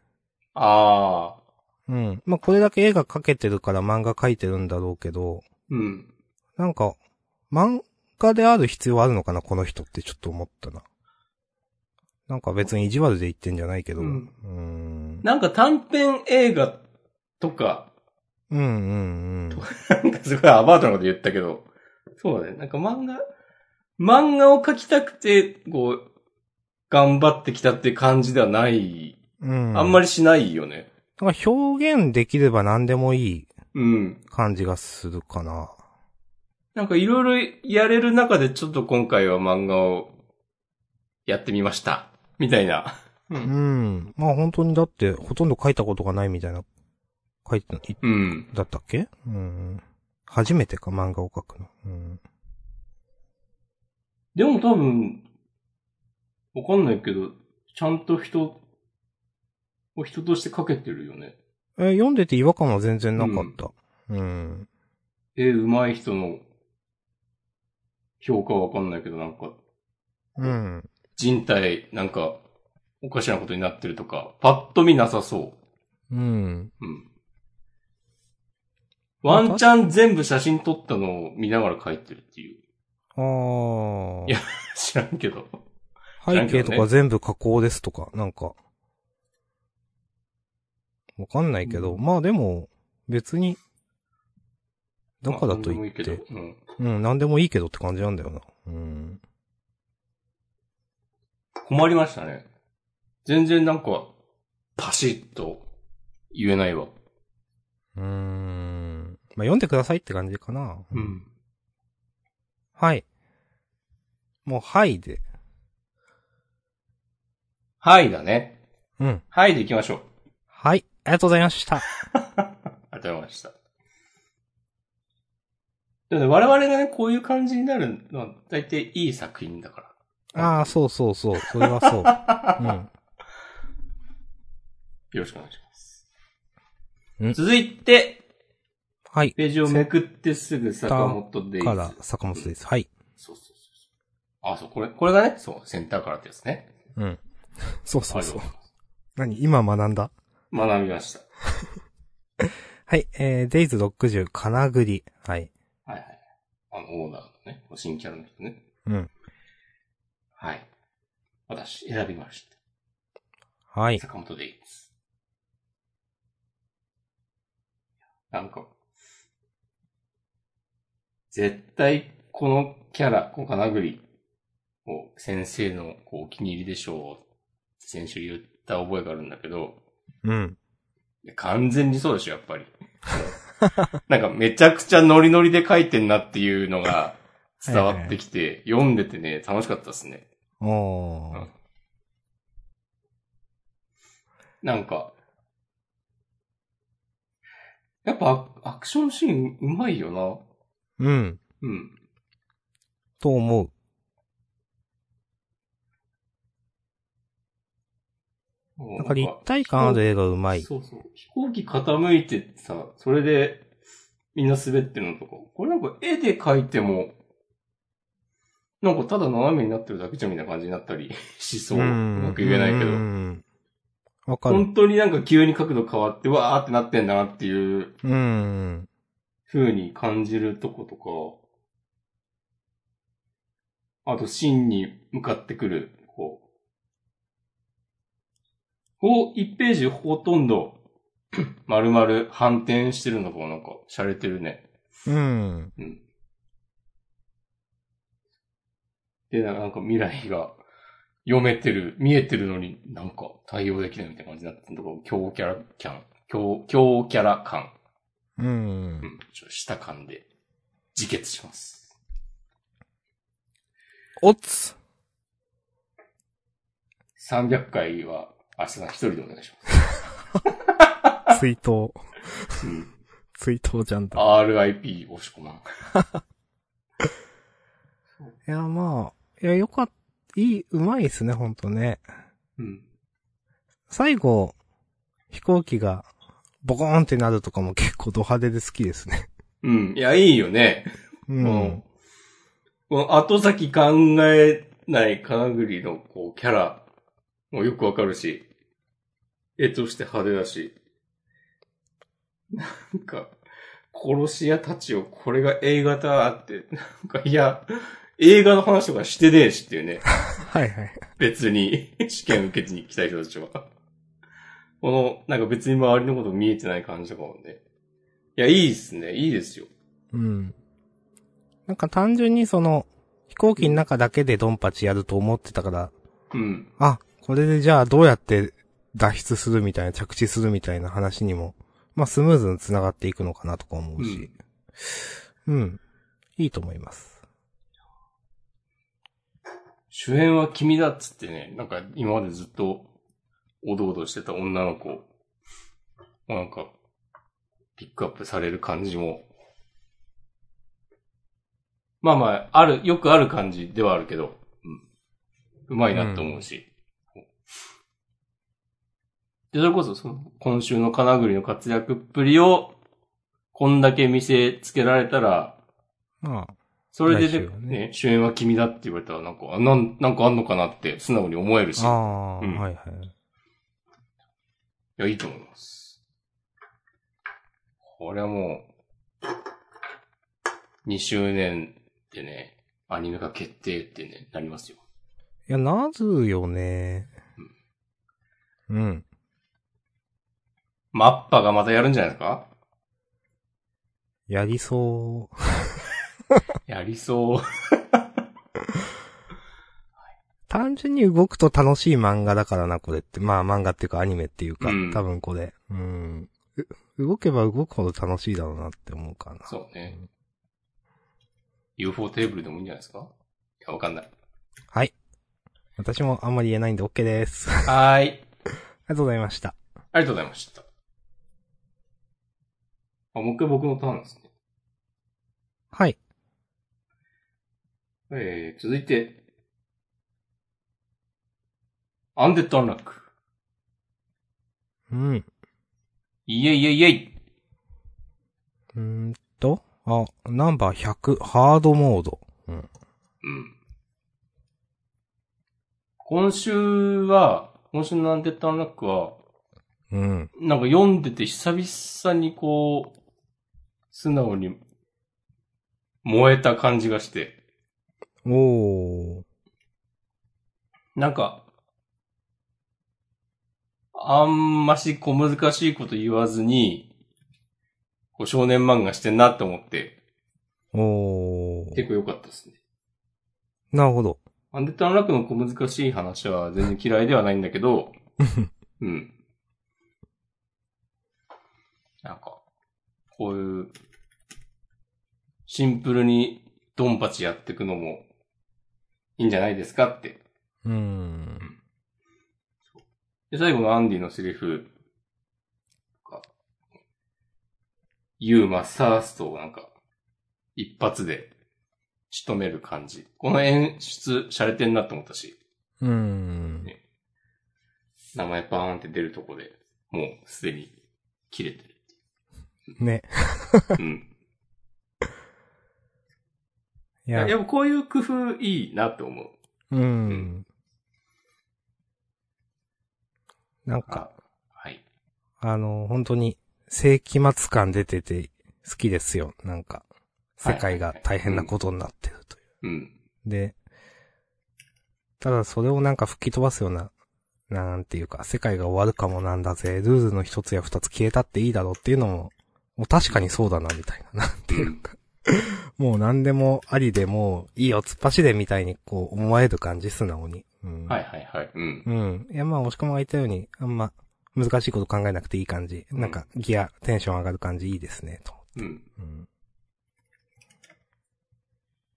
S1: ああ。
S2: うん。まあ、これだけ絵が描けてるから漫画描いてるんだろうけど、
S1: うん。
S2: なんか、漫画である必要あるのかな、この人ってちょっと思ったな。なんか別に意地悪で言ってんじゃないけど。
S1: う
S2: うんん。うん
S1: なんか短編映画とか、
S2: うんうんうん。
S1: なんかすごいアバウトなこと言ったけど、そうだね。なんか漫画、漫画を描きたくて、こう、頑張ってきたって感じではない、
S2: うん。
S1: あんま
S2: り。
S1: りしないよね。
S2: なんか表現できれば何でもいい
S1: うん。
S2: 感じがするかな。
S1: なんかいろいろやれる中でちょっと今回は漫画をやってみました。みたいな。う。
S2: うんん。まあ本当にだって、ほとんど書いたことがないみたいな、書いてない、
S1: うん。
S2: だったっけうん。初めてか、漫画を書くの。うん。
S1: でも多分、わかんないけど、ちゃんと人、を人として書けてるよね。
S2: えー読んでて違和感は全然なかった。うん。
S1: え、上手い人の評価はわかんないけど、なんか、
S2: うん。
S1: 人体、なんか、おかしなことになってるとか、パッと見なさそ
S2: うん。
S1: う。うん。ワンチャン全部写真撮ったのを見ながら書いてるっていう。
S2: ああ
S1: い。や知らんけど。
S2: 背景とか全部加工ですとか、なんか。わかんないけど、
S1: う
S2: まあでも、別に、だからと
S1: まあ
S2: いっ
S1: なんでもいい、
S2: て
S1: けどうん。
S2: うん、なんでもいいけどって感じなんだよな。うん。
S1: 困りましたね。全然なんか、パシッと言えないわ。
S2: うーん。まあ読んでくださいって感じかな。
S1: うん。
S2: はい。もう、はいで。
S1: はいだね。
S2: うん。
S1: はいで行きましょう。
S2: はい。ありがとうございま した。
S1: ありがとうございました。でもね、我々がね、こういう感じになるのは大体いい作品だか
S2: ああ、そうそうそう。それはそう。 うん。
S1: ら。よろしくお願いします。
S2: うん
S1: 続いて、
S2: はい。
S1: ページをめくってすぐ坂本デイズ。
S2: から、坂本です。はい。
S1: そうそうそうそう。あ、そう、これ、これがね、そう、センターからってやつね。
S2: うん。 そうそうそう
S1: は。
S2: 何今学んだ
S1: い学びました。
S2: はい。えー、デイズ60、金栗。はい。
S1: はいはい。あの、オーナーのね、新キャラの人ね。
S2: うん。
S1: はい。私、選びました。
S2: はい。
S1: 坂本でいいです。なんか、絶対このキャラ、この金栗を先生のこうお気に入りでしょうって先週言った覚えがあるんだけど、
S2: うん。
S1: いや完全にそうでしょ、やっぱ り。なんかめちゃくちゃノリノリで書いてんなっていうのが伝わってきて、読んでてね、楽しかったですね。
S2: おー。
S1: なんか、やっぱアアクションシーンうまいよな。
S2: うん。
S1: うん。
S2: と思う。なんか立体感ある絵がうまい。
S1: そうそう。飛行機傾いてさ、それでみんな滑ってるのとか、これなんか絵で描いても、なんかただ斜めになってるだけじゃんみたいな感じになったり しそう。うまく言えないけど
S2: う。んわかる。
S1: 本当になんか急に角度変わって、わーってなってんだなっていう
S2: うん。
S1: 風に感じるとことか、あと芯に向かってくる、こう。こう、1ページほとんど、 丸々反転してるのがなんか、洒落てるね。
S2: うん。
S1: うん。で、なんか未来が読めてる、見えてるのになんか対応できないみたいな感じになってるとこ、強キャラ感、強、強キャラ感、
S2: う。
S1: うんん、ちょっと下感で自決します。
S2: おつ
S1: 300回は明日さん一人でお願いし
S2: 追悼。
S1: ます。うん。
S2: 追悼じゃんだ。
S1: RIP 押し込まん。
S2: いや、まあ。いや、よかった。いい、うまいですね、ほんとね。
S1: うん。
S2: 最後、飛行機が、ボコーンってなるとかも結構ド派手で好きですね。
S1: うん。いや、いいよね。
S2: う
S1: この。、この後先考えない金栗のこうキャラもよくわかるし、絵として派手だし、なんか、殺し屋たちをこれが映画だって、なんかいや、映画の話とかしてねえしっていうね、
S2: はいはい。
S1: 別に 試験受けに来た人たちは。この、なんか別に周りのこと見えてない感じとかもね。いや、いいっすね。いいですよ。
S2: うん。なんか単純にその、飛行機の中だけでドンパチやると思ってたから、
S1: うん。
S2: あ、これでじゃあどうやって脱出するみたいな、着地するみたいな話にも、まあスムーズに繋がっていくのかなとか思うし、うん、いいと思います。
S1: 主演は君だっつってね、なんか今までずっと、おどおどしてた女の子、なんか、ピックアップされる感じも、まあまあ、ある、よくある感じではあるけど、うん、うまいなと思うし。で、それこそ、その、今週の金栗の活躍っぷりを、こんだけ見せつけられたら、
S2: まあ、
S1: それ
S2: 来
S1: で
S2: 週
S1: ね
S2: はね
S1: ね主演は君だって言われたら、なんか、あなん、なんかあんのかなって素直に思えるし、い
S2: ああ、
S1: うん
S2: はいはい。
S1: や、いいと思います。これはもう、2周年でね、アニメ化決定ってね、なりますよ。
S2: いや、なずよね。うん。
S1: マッパがまたやるんじゃないですか
S2: やりそう。
S1: やりそう。
S2: 単純に動くと楽しい漫画だからな、これって。まあ漫画っていうかアニメっていうか、
S1: うん
S2: 多分これ。うん。う動けば動くほど楽しいだろうなって思うかな。
S1: そうね。UFO テーブルでもいいんじゃないですかいや、わかんない。
S2: はい。私もあんまり言えないんで OK です。 あり
S1: はーい。
S2: がとうございました。
S1: ありがとうございました。あ、もう一回僕のターンですね。
S2: はい。
S1: えー、続いて。アンデッドアンラック。
S2: うん。
S1: イエイイエイイエイ
S2: うーんと、あ、ナンバー100、ハードモード。うん。
S1: うん。今週は、今週のアンデッドアンラックは、
S2: うん。
S1: なんか読んでて久々にこう、素直に燃えた感じがして。
S2: おー。
S1: なんか、あんまし小難しいこと言わずに、こう少年漫画してんなって思って、
S2: おー。
S1: 結構良かったですね。
S2: なるほど。
S1: アンデッドアンラックの小難しい話は全然嫌いではないんだけど、うん。なんか、こういう、シンプルにドンパチやっていくのもいいんじゃないですかって。
S2: うん。
S1: で、最後のアンディのセリフが、ユーマサーストをなんか、一発で仕留める感じ。この演出、洒落てんなって思ったし。
S2: うん。
S1: 名前バーンって出るとこで、もうすでに切れてる。
S2: ね。
S1: うん。
S2: い
S1: い
S2: や
S1: や、、やっぱこういう工夫いいなって思う。
S2: うん。なんか、
S1: あはい。
S2: あの、本当に、世紀末感出てて、好きですよ。なんか、世界が大変なことになってるという。
S1: うん。
S2: で、ただそれをなんか吹き飛ばすような、なんていうか、世界が終わるかもなんだぜ、ルールの一つや二つ消えたっていいだろうっていうのも、もう確かにそうだな、みたいな、なんていうか。もう何でもありでもういいよ、突っ走れみたいにこう思える感じ、素直に。うん、
S1: はいはいはい。うん。
S2: うん。いや、まあ、押し込まが言ったように、あんま、難しいこと考えなくていい感じ。
S1: うん
S2: なんか、ギア、テンション上がる感じいいですね、と。
S1: うん。
S2: うん、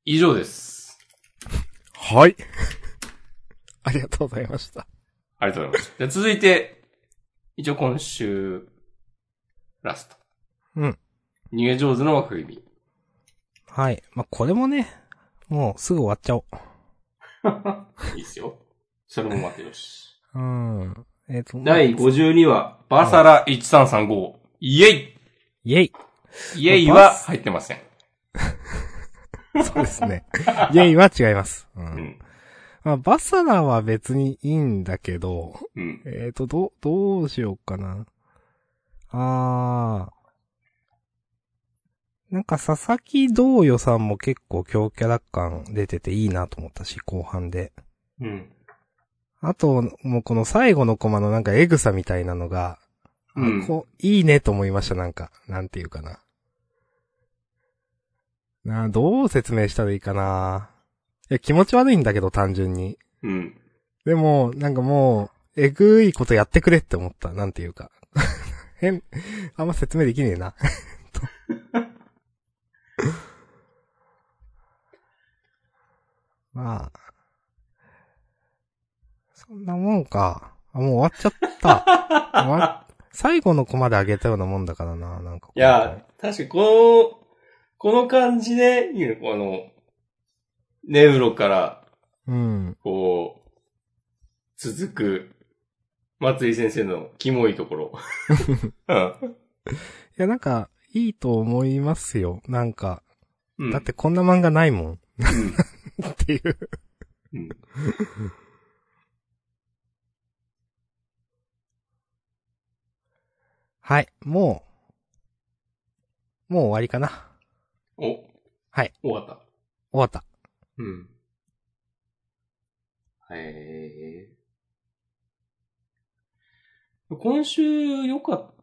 S1: 以上です。
S2: はい。 ありがとうございました。
S1: ありがとうございま した。じゃあ続いて、一応今週、ラスト。
S2: うん。
S1: 逃げ上手の枠組み。
S2: はい。まあ、これもね、もうすぐ終わっちゃお
S1: いいっすよ。それも待ってよし。
S2: う。うん。えっ、と、
S1: 第52話、バサラ1335。イェイ
S2: イ ェイ
S1: イェイは入ってません。
S2: そうです ね。イェイは違います。う。
S1: うんん。
S2: まあ、バサラは別にいいんだけど、
S1: うん。
S2: えーと、どう、どうしようかな。あー。なんか、佐々木道与さんも結構強キャラ感出てていいなと思ったし、後半で。
S1: うん。
S2: あと、もうこの最後のコマのなんかエグさみたいなのが、あ
S1: うん
S2: こういいねと思いました、なんか。なんていうかな。なあどう説明したらいいかな。いや、気持ち悪いんだけど、単純に。
S1: うん。
S2: でも、なんかもう、えぐいことやってくれって思った。なんていうか。 変、あんま説明できねえな。 とまあ。そんなもんか。あ、もう終わっちゃった。終わっ最後の子まで上げたようなもんだからな、なんか。
S1: いや、確かにこの、この感じね、いいねこの、ネウロから、
S2: うん。
S1: こう、続く、松井先生のキモいとこ ろ。うん
S2: いや、なんか、いいと思いますよ。なんか、
S1: うん。
S2: だってこんな漫画ないもん。っていう。
S1: うん。
S2: はい、もう、もう終わりかな。
S1: うん。お。
S2: はい。
S1: 終わった。
S2: 終わった。
S1: うん。へー今週良かっ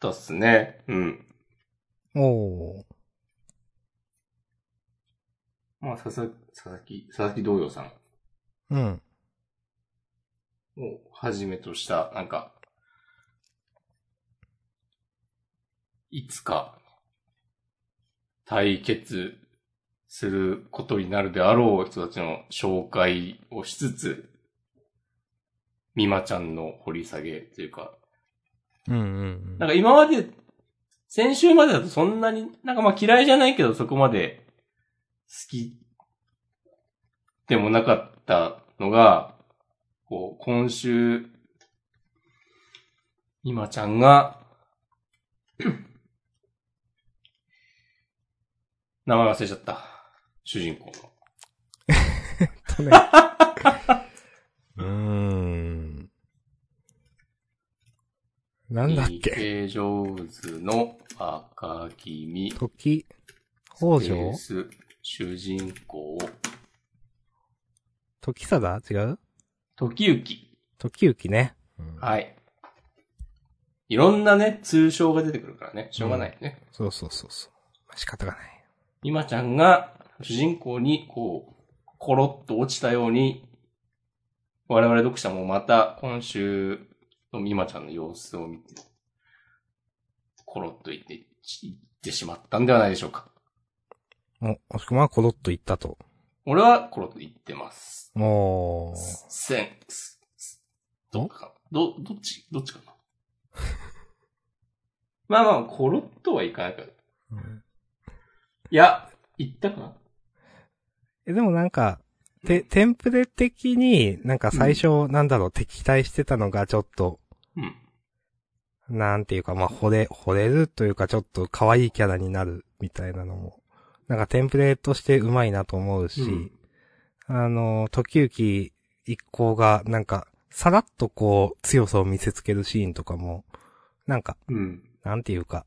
S1: たっすね。うん。
S2: おー。
S1: まあ、佐々佐々木、佐々木道洋さん
S2: うん。
S1: をはじめとした、なんか、いつか、対決することになるであろう人たちの紹介をしつつ、美馬ちゃんの掘り下げというか、
S2: うんうん
S1: なんか今まで、先週までだとそんなに、なんかまあ嫌いじゃないけどそこまで好きでもなかったのが、こう、今週、今ちゃんが、 名前忘れちゃった。主人公の。
S2: うん。ね。うーん。なんだっけ
S1: イケ上手の赤君。
S2: 時、北
S1: レ
S2: 条
S1: ース主人公。
S2: 時貞違う
S1: 時行。
S2: 時行ね。い。
S1: はい。いろんなね、通称が出てくるからね、しょうがないね。
S2: そうそうそうそう。仕方がない。
S1: 今ちゃんが主人公にこう、コロッと落ちたように、我々読者もまた今週の今ちゃんの様子を見て、コロッといって、いってしまったんではないでしょうか。
S2: もう、もしくはコロッと言ったと。
S1: 俺はコロッといってます。
S2: おー。
S1: せん、すすどっか、ど、どっち、どっちかな。 まあまあ、コロッとはいかないから。いや、言ったかな
S2: え、でもなんか、て、テンプレ的に、なんか最初、なんだろう、敵対してたのがちょっと、
S1: うん。
S2: なんていうか、まあ、惚れ、惚れるというか、ちょっと可愛いキャラになるみたいなのも、なんかテンプレとしてうまいなと思うし、
S1: うん
S2: あの、時行一行が、なんか、さらっとこう、強さを見せつけるシーンとかも、なんか、
S1: うん。
S2: なんていうか、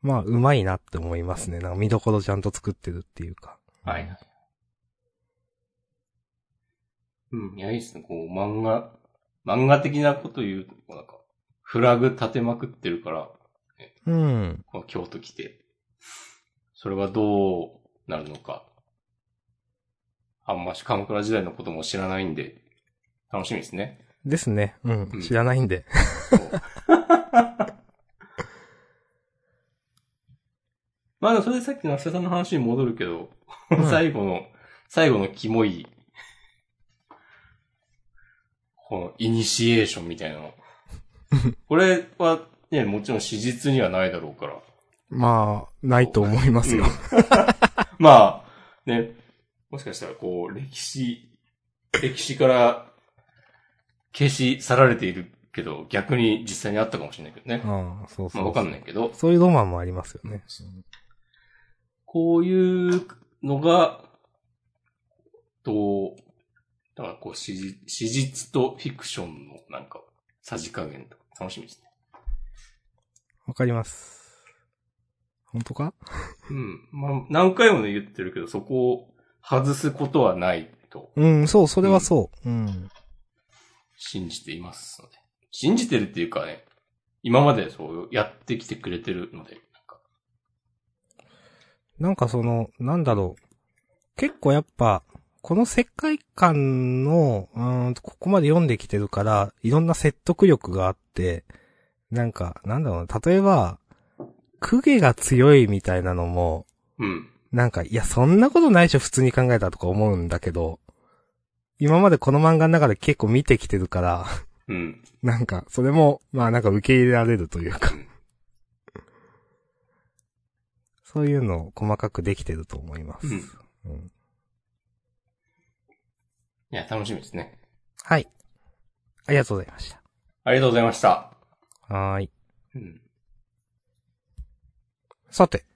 S2: まあ、うまいなって思いますね。なんか見どころちゃんと作ってるっていうか。
S1: はい。うん、いや、いいっすね。こう、漫画、漫画的なこと言うと、こうなんか、フラグ立てまくってるから、
S2: うん。
S1: この京都来て、それがどうなるのか。あんまし鎌倉時代のことも知らないんで、楽しみですね。
S2: ですね。うん。
S1: うん
S2: 知らないんで。
S1: まあ、それでさっきの明日さんの話に戻るけど、
S2: うん
S1: 最後の、最後のキモい、この、イニシエーションみたいなの。これは、ね、もちろん史実にはないだろうから。
S2: まあ、ないと思いますよ。
S1: まあ、ね、もしかしたらこう、歴史、歴史から消し去られているけど、逆に実際にあったかもしれないけどね。
S2: うん、そうそ
S1: ま
S2: う。
S1: あわかんないけど、
S2: そういうロマンもありますよね。
S1: こういうのが、どう、だからこう、史実史実とフィクションのなんか、さじ加減とか、楽しみですね。
S2: わかります。本当か
S1: うん。まあ、何回もね言ってるけど、そこを外すことはないと
S2: うん、そう、それはそう。うん。
S1: 信じていますので。信じてるっていうかね、今までそうやってきてくれてるので、なんか、
S2: なんかその、なんだろう。結構やっぱ、この世界観の、うーんと、ここまで読んできてるから、いろんな説得力があって、なんか、なんだろうな、例えば、クゲが強いみたいなのも、
S1: うん。
S2: なんか、いや、そんなことないでしょ、普通に考えたらとか思うんだけど、今までこの漫画の中で結構見てきてるから、
S1: うん。
S2: なんか、それも、まあなんか受け入れられるというか
S1: うん。
S2: そういうのを細かくできてると思います。
S1: うん
S2: うん
S1: いや、楽しみですね。
S2: はい。ありがとうございまし
S1: ありがとうございました。
S2: た。はーい。
S1: うん。
S2: さて、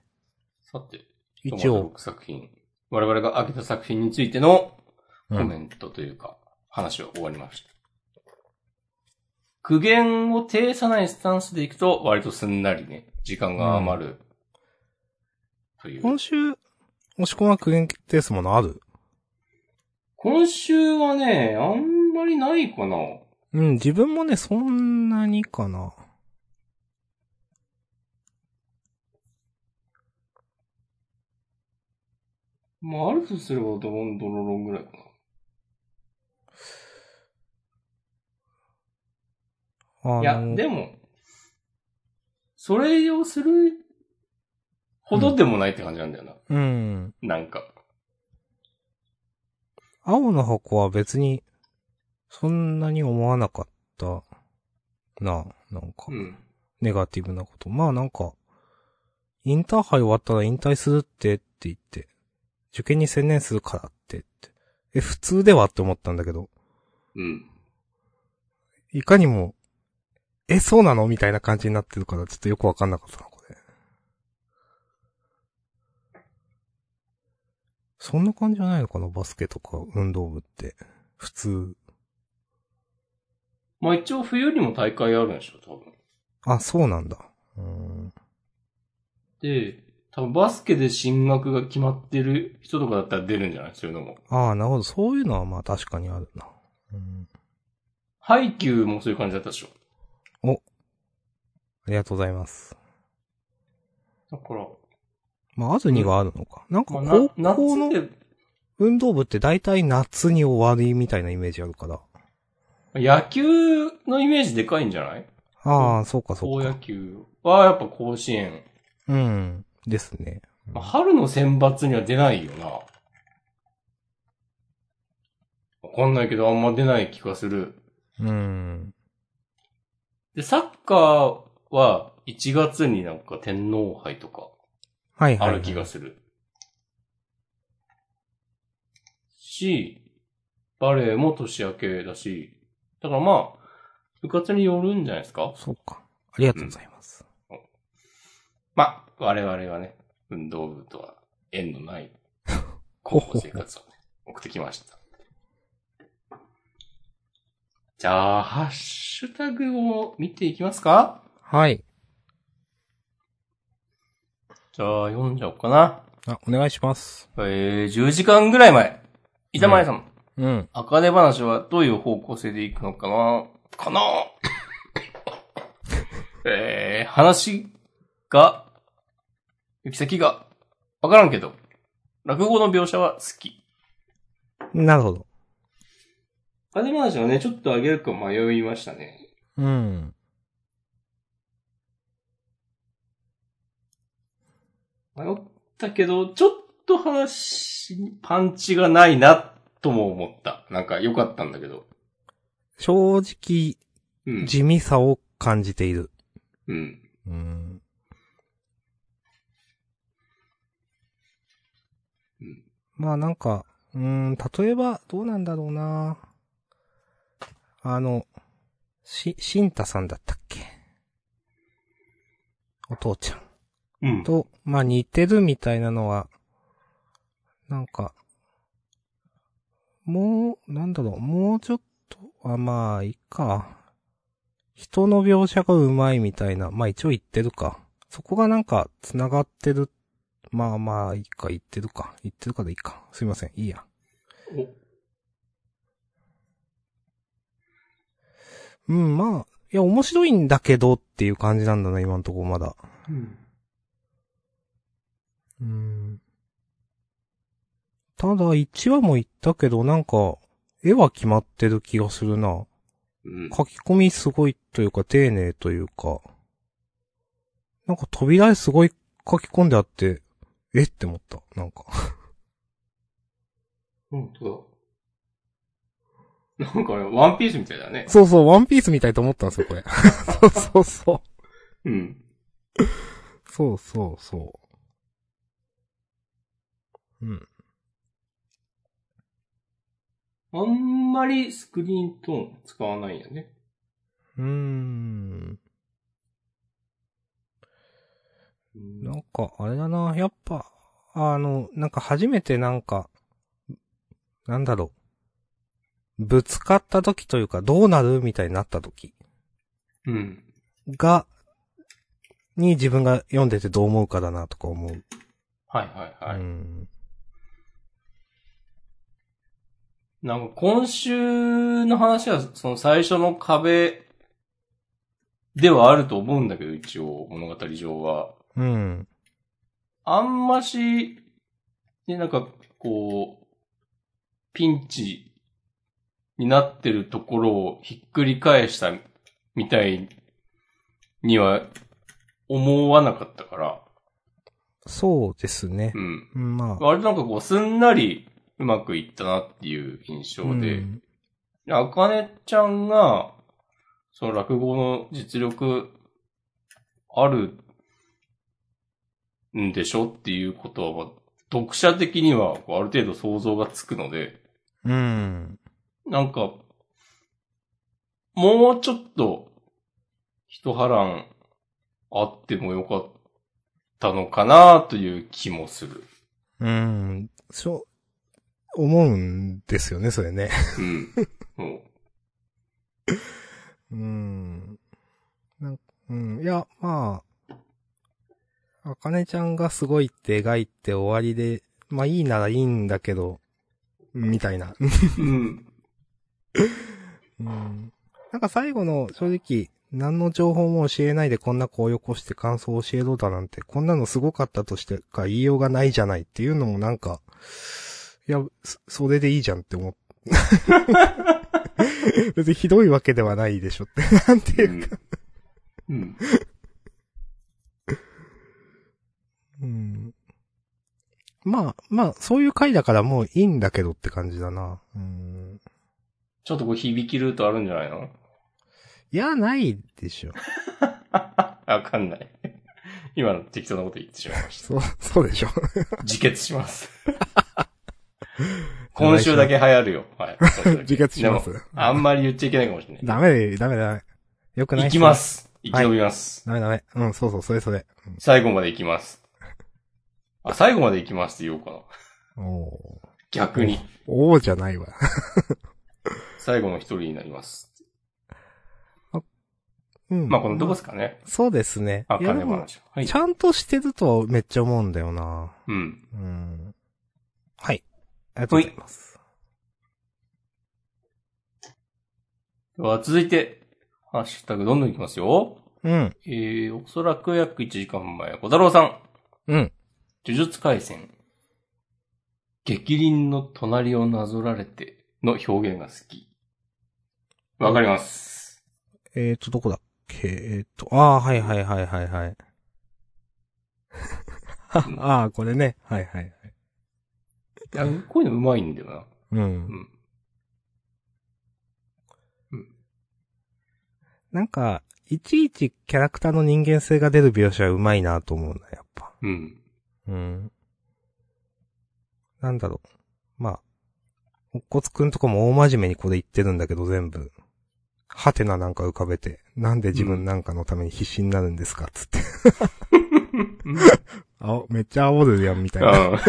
S1: さて、
S2: 一応、
S1: 6作品。我々が挙げた作品についての
S2: う
S1: コ
S2: ん
S1: メントというか、話は終わりました。苦言を呈さないスタンスでいくと、割とすんなりね、時間が余る。という。
S2: 今週、押し込ま苦言定数ものある
S1: 今週はね、あんまりないかな。
S2: うん、自分もね、そんなにかな。
S1: まあ、あるとすればドロンドロロンぐらいかな。
S2: あの
S1: いや、でも、それをするほどでもないって感じなんだよな。
S2: うん。
S1: なんか。
S2: 青の箱は別に、そんなに思わなかった。な、なんか
S1: う、ん。
S2: ネガティブなこと。まあなんか、インターハイ終わったら引退するってって言って、受験に専念するからってって。え、普通ではって思ったんだけど、
S1: うん。
S2: いかにも、え、そうなのみたいな感じになってるから、ちょっとよくわかんなかったな、これ。そんな感じじゃないのかなバスケとか運動部って。普通。
S1: まあ一応冬にも大会あるんでしょ、多分。
S2: あ、そうなんだ。うーん。
S1: で、多分バスケで進学が決まってる人とかだったら出るんじゃないそういうのも。
S2: ああ、なるほど。そういうのはまあ確かにあるな。うん。
S1: ハイキューもそういう感じだったでしょ。
S2: ありがとうございます。
S1: だから、
S2: まあ、あずにがあるのか。なんか
S1: まあ、な
S2: 高校
S1: 夏
S2: の
S1: で
S2: 運動部って大体夏に終わりみたいなイメージあるから。
S1: 野球のイメージでかいんじゃない
S2: ああ、そうかそ
S1: 高
S2: う
S1: 野
S2: か。
S1: 球はやっぱ甲子園。
S2: うん。ですね。
S1: まあ、春の選抜には出ないよな。わかんないけど、あんま出ない気がする。
S2: うん。
S1: で、サッカーは1月になんか天皇杯とか
S2: はいはい、
S1: あ
S2: はい。
S1: る気がする。し、バレエも年明けだし、だからまあ、部活によるんじゃないですか
S2: そうか。ありがとうございます。
S1: まあ、我々はね、運動部とは縁のない高校生活を、ね、送ってきました。じゃあ、ハッシュタグを見ていきますか
S2: はい。
S1: じゃあ、読んじゃおうかな。
S2: あ、お願いします。
S1: えー、10時間ぐらい前。板前さん、
S2: うん。
S1: あかね話はどういう方向性でいくのかなかな えー、話が、行き先が、わからんけど、落語の描写は好き。
S2: なるほど。
S1: あかね話はね、ちょっとあげるか迷いましたね。
S2: うん。
S1: 迷ったけど、ちょっと話にパンチがないな、とも思った。なんか良かったんだけど。
S2: 正直、
S1: うん。
S2: 地味さを感じている。
S1: うん。
S2: うん。
S1: うん
S2: まあなんか、うーん、例えば、どうなんだろうなあの、し、シンタさんだったっけお父ちゃん。
S1: うん。
S2: と、まあ似てるみたいなのは、なんか、もう、なんだろう、もうちょっと、あ、まあ、いいか。人の描写がうまいみたいな、まあ一応言ってるか。そこがなんか、繋がってる。まあまあ、いいか、言ってるか。言ってるかでいいか。すいません、いいや。
S1: お
S2: うん、まあ、いや、面白いんだけどっていう感じなんだな、今のところまだ。
S1: うん。
S2: うん。ただ1話も言ったけど、なんか、絵は決まってる気がするな。
S1: うん。
S2: 書き込みすごいというか、丁寧というか。なんか扉絵すごい書き込んであって、えって思った。なんか。
S1: 本当だ。なんか、ワンピースみたいだね。
S2: そうそう、ワンピースみたいと思ったんですよ、これ。 そうそうそう。
S1: うん。
S2: そうそうそう。うん。
S1: あんまりスクリーントーン使わないんやね。
S2: うーん。
S1: うん
S2: なんか、あれだな、やっぱ、あの、なんか初めてなんか、なんだろう。ぶつかった時というか、どうなるみたいになった時
S1: うん。
S2: が、に自分が読んでてどう思うかだなとか思う。
S1: はいはいはい。
S2: うん。
S1: なんか今週の話は、その最初の壁ではあると思うんだけど、一応、物語上は。
S2: うん。
S1: あんまし、ね、なんか、こう、ピンチになってるところをひっくり返したみたいには思わなかったから。
S2: そうですね
S1: う。ん。
S2: うん、まあ。
S1: 割となんかこう、すんなりうまくいったなっていう印象で。
S2: ん
S1: あかねちゃんが、その落語の実力あるんでしょっていうことは、まあ読者的にはこうある程度想像がつくので、
S2: うん。
S1: なんか、もうちょっと、一波乱あってもよかったのかなという気もする。
S2: うん。そう、思うんですよね、それね。
S1: うん。も
S2: うん。なんうん。いや、まあ、あかねちゃんがすごいって描いて終わりで、まあいいならいいんだけど、みたいな。
S1: う。うん。
S2: うん。なんか最後の、正直、何の情報も教えないでこんな子をよこして感想を教えろだなんて、こんなのすごかったとしてか言いようがないじゃないっていうのもなんか、いや、そそれでいいじゃんって思って。 別にひどいわけではないでしょって。 なんていううか
S1: ん。うん。
S2: うんまあ、まあ、そういう回だからもういいんだけどって感じだな。うん。
S1: ちょっとこう響きルートあるんじゃないの
S2: いや、ないでしょ。
S1: わかんない。今の適当なこと言ってしまいまし
S2: そう、そうでしょ。
S1: た。自決し ます。今週だけ流行るよ。はい。今週だけ
S2: 自決します
S1: でもあんまり言っちゃいけないかもしれない。
S2: ダメで、ダメダメ。よくない
S1: 行
S2: っ
S1: きま。す。生き延びます。
S2: ダメダメ。うん、そうそう、それそれ。
S1: 最後まで行きます。あ、最後まで行きますって言おうかな。
S2: おー。
S1: 逆に。
S2: おーじゃないわ。
S1: 最後の一人になります。
S2: うん。
S1: まあ、このどこですかね。
S2: そうですね。
S1: あ、
S2: いや
S1: 金
S2: でも
S1: 話。はい
S2: ち。ゃんとしてるとはめっちゃ思うんだよな。
S1: うん。
S2: うん。はい。ありがとうございます。
S1: では、続いて、ハッシュタグどんどん行きますよ。
S2: うん。
S1: えー、おそらく約1時間前、小太郎さん。
S2: うん。
S1: 呪術廻戦。激輪の隣をなぞられての表現が好き。わかります。
S2: えーと、どこだっけえーと、あー、はいはいはいはいはい。 あー、これね。はいはいはい。
S1: いやこういうのうまいんだよな。
S2: う。
S1: うんん。
S2: なんか、いちいちキャラクターの人間性が出る描写はうまいなと思うな、やっぱ。
S1: うん。
S2: うん。なんだろう。まあ、おっこつくんとかも大真面目にこれ言ってるんだけど、全部。ハテナなんか浮かべて、なんで自分なんかのために必死になるんですかつって。あお、めっちゃ煽るやん、みたいな。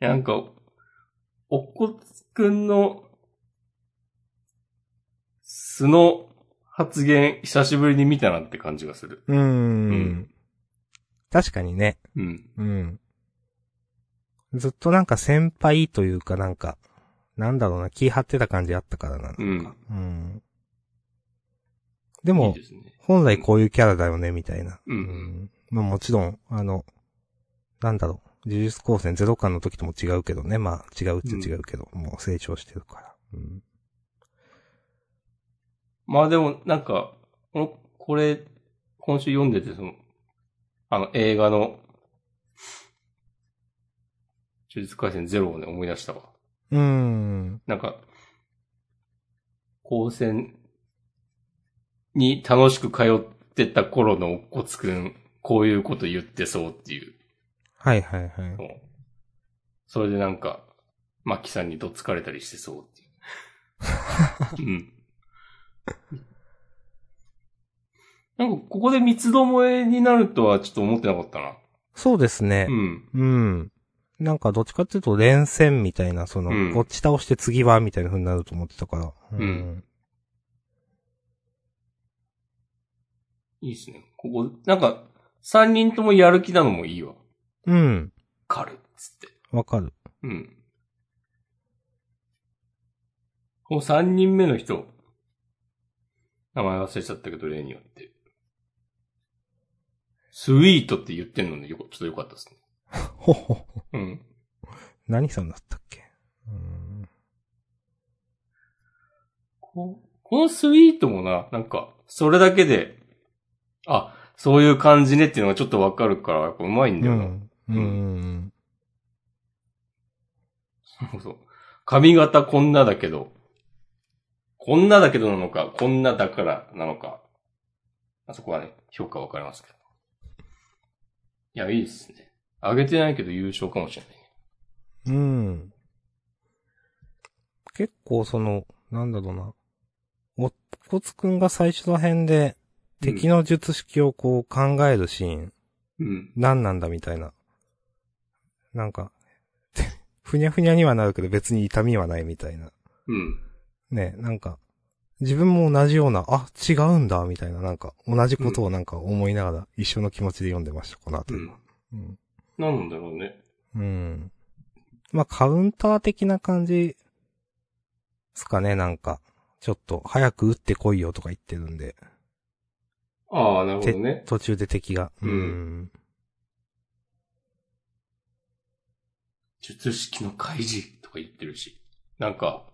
S1: なんか、おっこつくんの素の発言久しぶりに見たなって感じがする。
S2: うー
S1: うんん。
S2: 確かにね。
S1: うん。
S2: うん。ずっとなんか先輩というかなんか、なんだろうな、気張ってた感じあったからな。
S1: うん。
S2: うん。で
S1: いい
S2: も、
S1: ですね。
S2: 本来こういうキャラだよね、みたいな。
S1: うん
S2: まあもちろん、あの、なんだろう、呪術高専ゼロ巻の時とも違うけどね。まあ違うっちゃ違うけど、もう成長してるから。うん。
S1: まあでも、なんか、この、これ、今週読んでて、その、あの、映画の、呪術回戦ゼロをね、思い出したわ。
S2: うーん。
S1: なんか、高専に楽しく通ってた頃のおっこつくん、こういうこと言ってそうっていう。
S2: はいはいはい。
S1: もうそれでなんか、マキさんにどつかれたりしてそうっていう。うん。なんか、ここで三つどもえになるとはちょっと思ってなかったな。
S2: そうですね
S1: う。ん。
S2: うん。なんかどっちかっていうと連戦みたいな、その、
S1: うん
S2: こっち倒して次は、みたいな風になると思ってたから。
S1: うんいいですね。ここ、なんか、三人ともやる気なのもいいわ。
S2: うん。うん。
S1: カルっつって。
S2: わかる。
S1: うん。この三人目の人、名前忘れちゃったけど、例によって。スイートって言ってんのね、よ、ちょっとよかったですね。
S2: ほほほ。
S1: うん。
S2: 何さんだったっけうん。
S1: ここのスイートもな、なんか、それだけで、あ、そういう感じねっていうのがちょっとわかるから、やっぱうまいんだ
S2: う
S1: よな。
S2: ん。うん。
S1: そうそう。髪型こんなだけど、こんなだけどなのか、こんなだからなのか、あそこはね、評価分かれますけど。いや、いいですね。上げてないけど優勝かもしれない。
S2: うん。結構その、なんだろうな。おっこつくんが最初の辺で、敵の術式をこう考えるシーン、
S1: うん。
S2: 何なんだみたいな。なんか、 ふにゃふにゃにはなるけど別に痛みはないみたいな。
S1: うん。
S2: ね、なんか、自分も同じような、あ、違うんだ、みたいな、なんか、同じことをなんか思いながら、一緒の気持ちで読んでました、この
S1: う
S2: 後。
S1: ん。
S2: うん。
S1: 何なんだろうね。
S2: うん。まあ、カウンター的な感じ、すかね、なんか。ちょっと、早く打ってこいよとか言ってるんで、
S1: ああ、なるほどね。
S2: 途中で敵が。
S1: うん
S2: ん。
S1: 術式の開示とか言ってるし。なんか、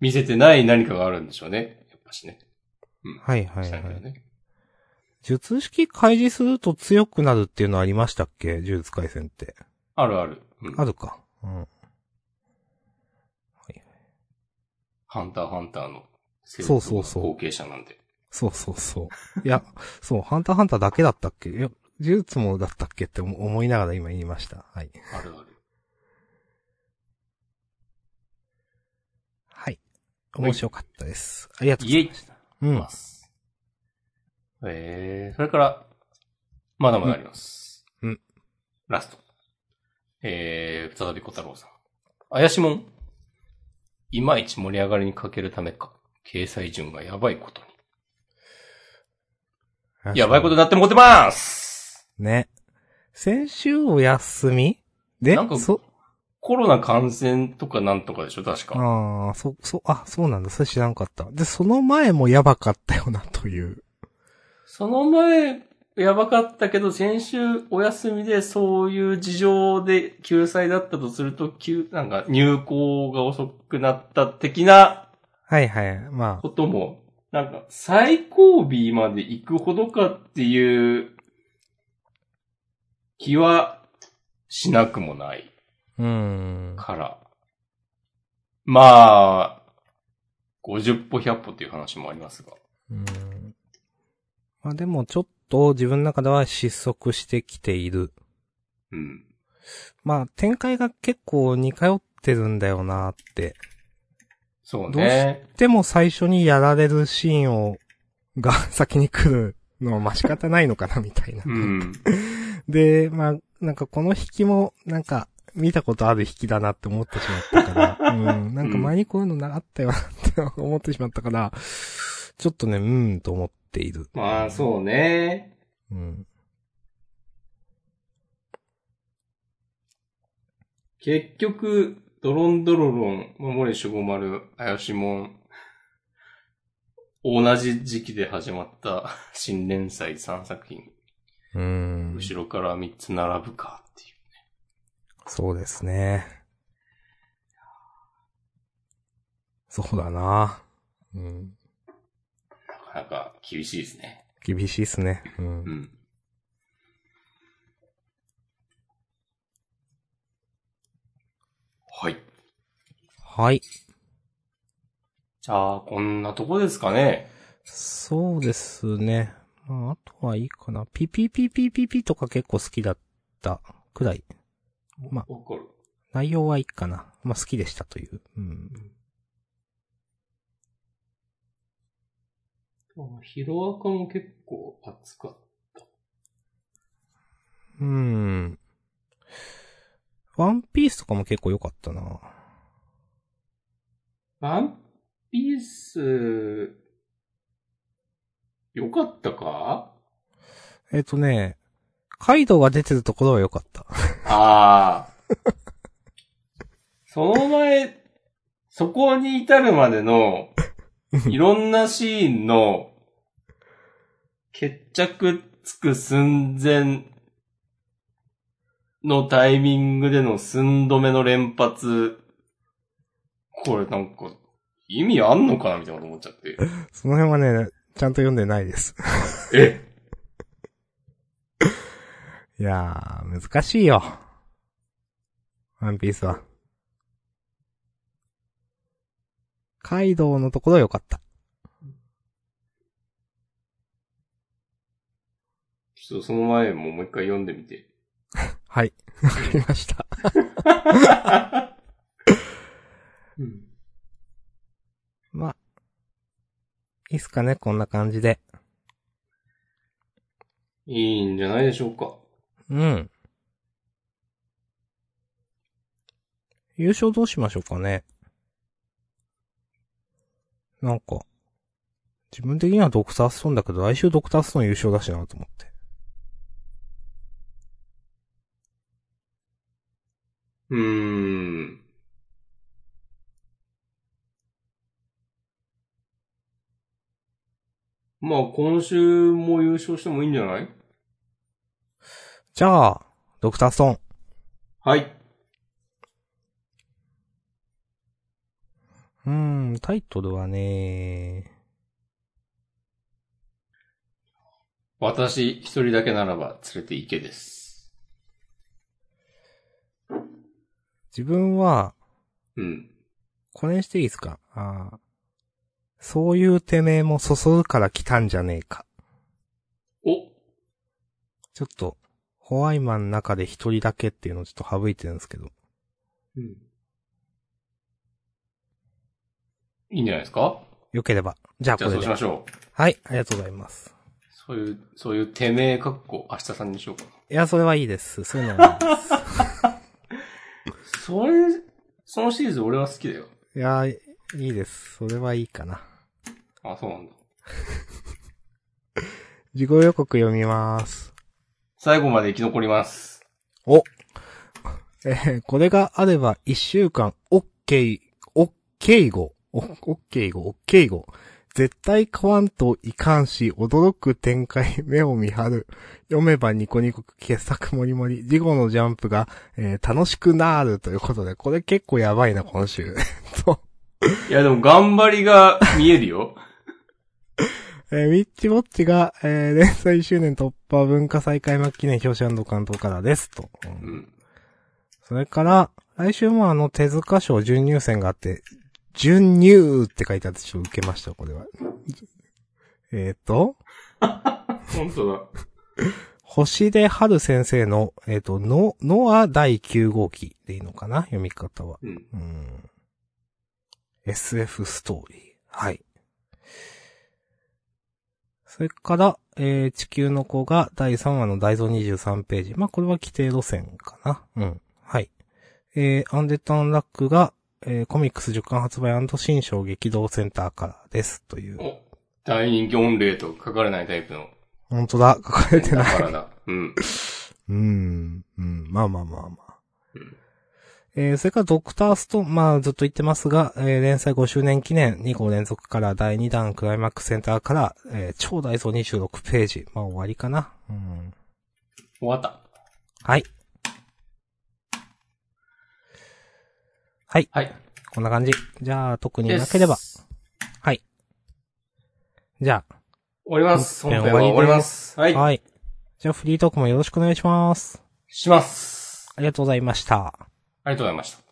S1: 見せてない何かがあるんでしょうね。やっぱしね。うん。
S2: はいはい
S1: し
S2: は
S1: たんだよ
S2: い。
S1: ね。
S2: 術式開示すると強くなるっていうのありましたっけ呪術回戦って。
S1: あるある。うん
S2: あるか。うん。
S1: ハンターハンターの生
S2: そ
S1: 徒
S2: うそうそう
S1: 後継者なんで。
S2: そうそうそう。いや、 そう、ハンターハンターだけだったっけいや、呪術もだったっけって思思いながら今言いました。はい。
S1: あるある。
S2: はい。
S1: はい
S2: 面白かったです。ありがとうご
S1: イ
S2: ざ
S1: エ
S2: い
S1: イ
S2: ました。うん
S1: ま。す。えー、それから、まだまだあります。
S2: うんうん
S1: ラスト。えー、再び小太郎さん。怪しもん。いまいち盛り上がりに欠けるためか。掲載順がやばいことに。やばいことになってもってます
S2: ね。先週お休みで
S1: なん、か
S2: そ、
S1: コロナ感染とかなんとかでしょ確か。
S2: ああ、そ、そ、あ、そうなんだ。それ知らんかった。で、その前もやばかったよな、という。
S1: その前、やばかったけど、先週お休みでそういう事情で救済だったとすると、急、なんか入校が遅くなった的な
S2: はいはい。まあ
S1: こ、とも、なんか最後尾まで行くほどかっていう気はしなくもない
S2: うん。うん
S1: から。まあ、50歩100歩っていう話もありますが。
S2: まあでも、ちょっと自分の中では失速してきている。
S1: うん。
S2: まあ、展開が結構似通ってるんだよなって。
S1: そう
S2: どうし
S1: ね。
S2: でも最初にやられるシーンを、が先に来るのはまあ仕方ないのかなみたいな。
S1: うん。
S2: で、まあ、なんかこの引きも、なんか、見たことある引きだなって思ってしまったから、うん、なんか前にこういうのなかったよなって思ってしまったから、ちょっとね、うーんと思っている。
S1: まあ、そうね。
S2: うん。
S1: 結局、ドロンドロロン、守れ守護丸、あやしもん、同じ時期で始まった 新連載3作品、
S2: うーん。
S1: 後ろから3つ並ぶかっていう。
S2: そうですね。そうだな。うん。
S1: なかなか厳しいですね。
S2: 厳しいっすね。うん
S1: う。ん。はい。
S2: はい。
S1: じゃあ、こんなとこですかね。
S2: そうですね。まあ、あとはいいかな。ピピピピピピとか結構好きだったくらい。まあ、
S1: わかる。
S2: 内容はいいかな。まあ、好きでしたという。うん。
S1: ヒロアカも結構熱かっ
S2: うん。ワンピースとかも結構良かったな。
S1: た。ワンピース、よかったか
S2: えっ、とね、カイドウが出てるところは良かった。
S1: ああ。 その前、そこに至るまでの、いろんなシーンの、決着つく寸前のタイミングでの寸止めの連発、これなんか、意味あんのかなみたいなこと思っちゃって。
S2: その辺はね、ちゃんと読んでないです。
S1: え
S2: いやー、難しいよ。ワンピースは。カイドウのところは良かった。
S1: ちょっとその前ももう一回読んでみて。
S2: はい。わかりました。
S1: うん。
S2: まあ、いいっすかね、こんな感じで。
S1: いいんじゃないでしょうか。
S2: うん。優勝どうしましょうかね。なんか、自分的にはドクターストーンだけど、来週ドクターストーン優勝だしなと思って。
S1: うーん。まあ、今週も優勝してもいいんじゃない
S2: じゃあ、ドクターストーン。
S1: はい。
S2: うーん、タイトルはね、
S1: 私一人だけならば連れて行けです。
S2: 自分は、
S1: うん。
S2: これにしていいですかあーそういうてめえもそそるから来たんじゃねえか。
S1: お
S2: ちょっと、ホワイマンの中で一人だけっていうのをちょっと省いてるんですけど。
S1: うん。いいんじゃないですか
S2: よければ。じゃあ
S1: じゃあ
S2: こ
S1: そう
S2: れで
S1: し。ましょう。
S2: はい、ありがとうございます。
S1: そういう、そういうてめえかっこ明日さんにしようかな。
S2: いや、それはいいです。そういうのはいいで
S1: それ、そのシリーズ俺は好きだよ。
S2: す。いや、いいです。それはいいかな。
S1: あ、そうなんだ。
S2: 事後予告読みます。
S1: 最後まで生き残ります。
S2: おえーこれがあれば、一週間、オッケー、オッケー語、オッケー語、オッケー語。絶対買わんといかんし、驚く展開、目を見張る。読めばニコニコ、傑作もりもり、事後のジャンプが、えー楽しくなるということで、これ結構やばいな、今週。 そう。
S1: いや、でも頑張りが見えるよ。
S2: えーウィッチウォッチが、えー連載1周年突破文化祭開幕記念表紙関東からです、と。
S1: う
S2: うん
S1: ん。
S2: それから、来週もあの手塚賞準入選があって、準入って書いてあってちょっと受けました、これは。えっ、と、
S1: 本当だ。
S2: 星出春先生の、えっ、と、の、ノア第9号機でいいのかな読み方は。
S1: うん。
S2: うん。SF ストーリー。はい。それから、えー、地球の子が第3話の大蔵23ページ。まあ、これは規定路線かな。うん。はい。えー、アンデッド・アンラックが、えー、コミックス10巻発売新章激動センターからです。という。
S1: お、大人気御礼と書かれないタイプの。
S2: 本当だ。書かれて
S1: だ
S2: ない。
S1: からだ。うん。
S2: うーん。うん。まあまあまあまあ。
S1: うん
S2: えーそれからドクターストーン、まあずっと言ってますが、えー連載5周年記念2号連続から第2弾クライマックスセンターから、えー超大蔵26ページ。まあ終わりかな。うん。
S1: 終わった。
S2: はい。はい。
S1: はい。
S2: こんな感じ。じゃあ特になければ。
S1: です
S2: はい。じゃ
S1: 終わります。
S2: 本
S1: 本
S2: 編
S1: 編
S2: 終
S1: は
S2: わりです
S1: 終わります。
S2: あ、
S1: はい。
S2: はい。じゃあフリートークもよろしくお願いします。
S1: します。
S2: ありがとうございました。
S1: ありがとうございました。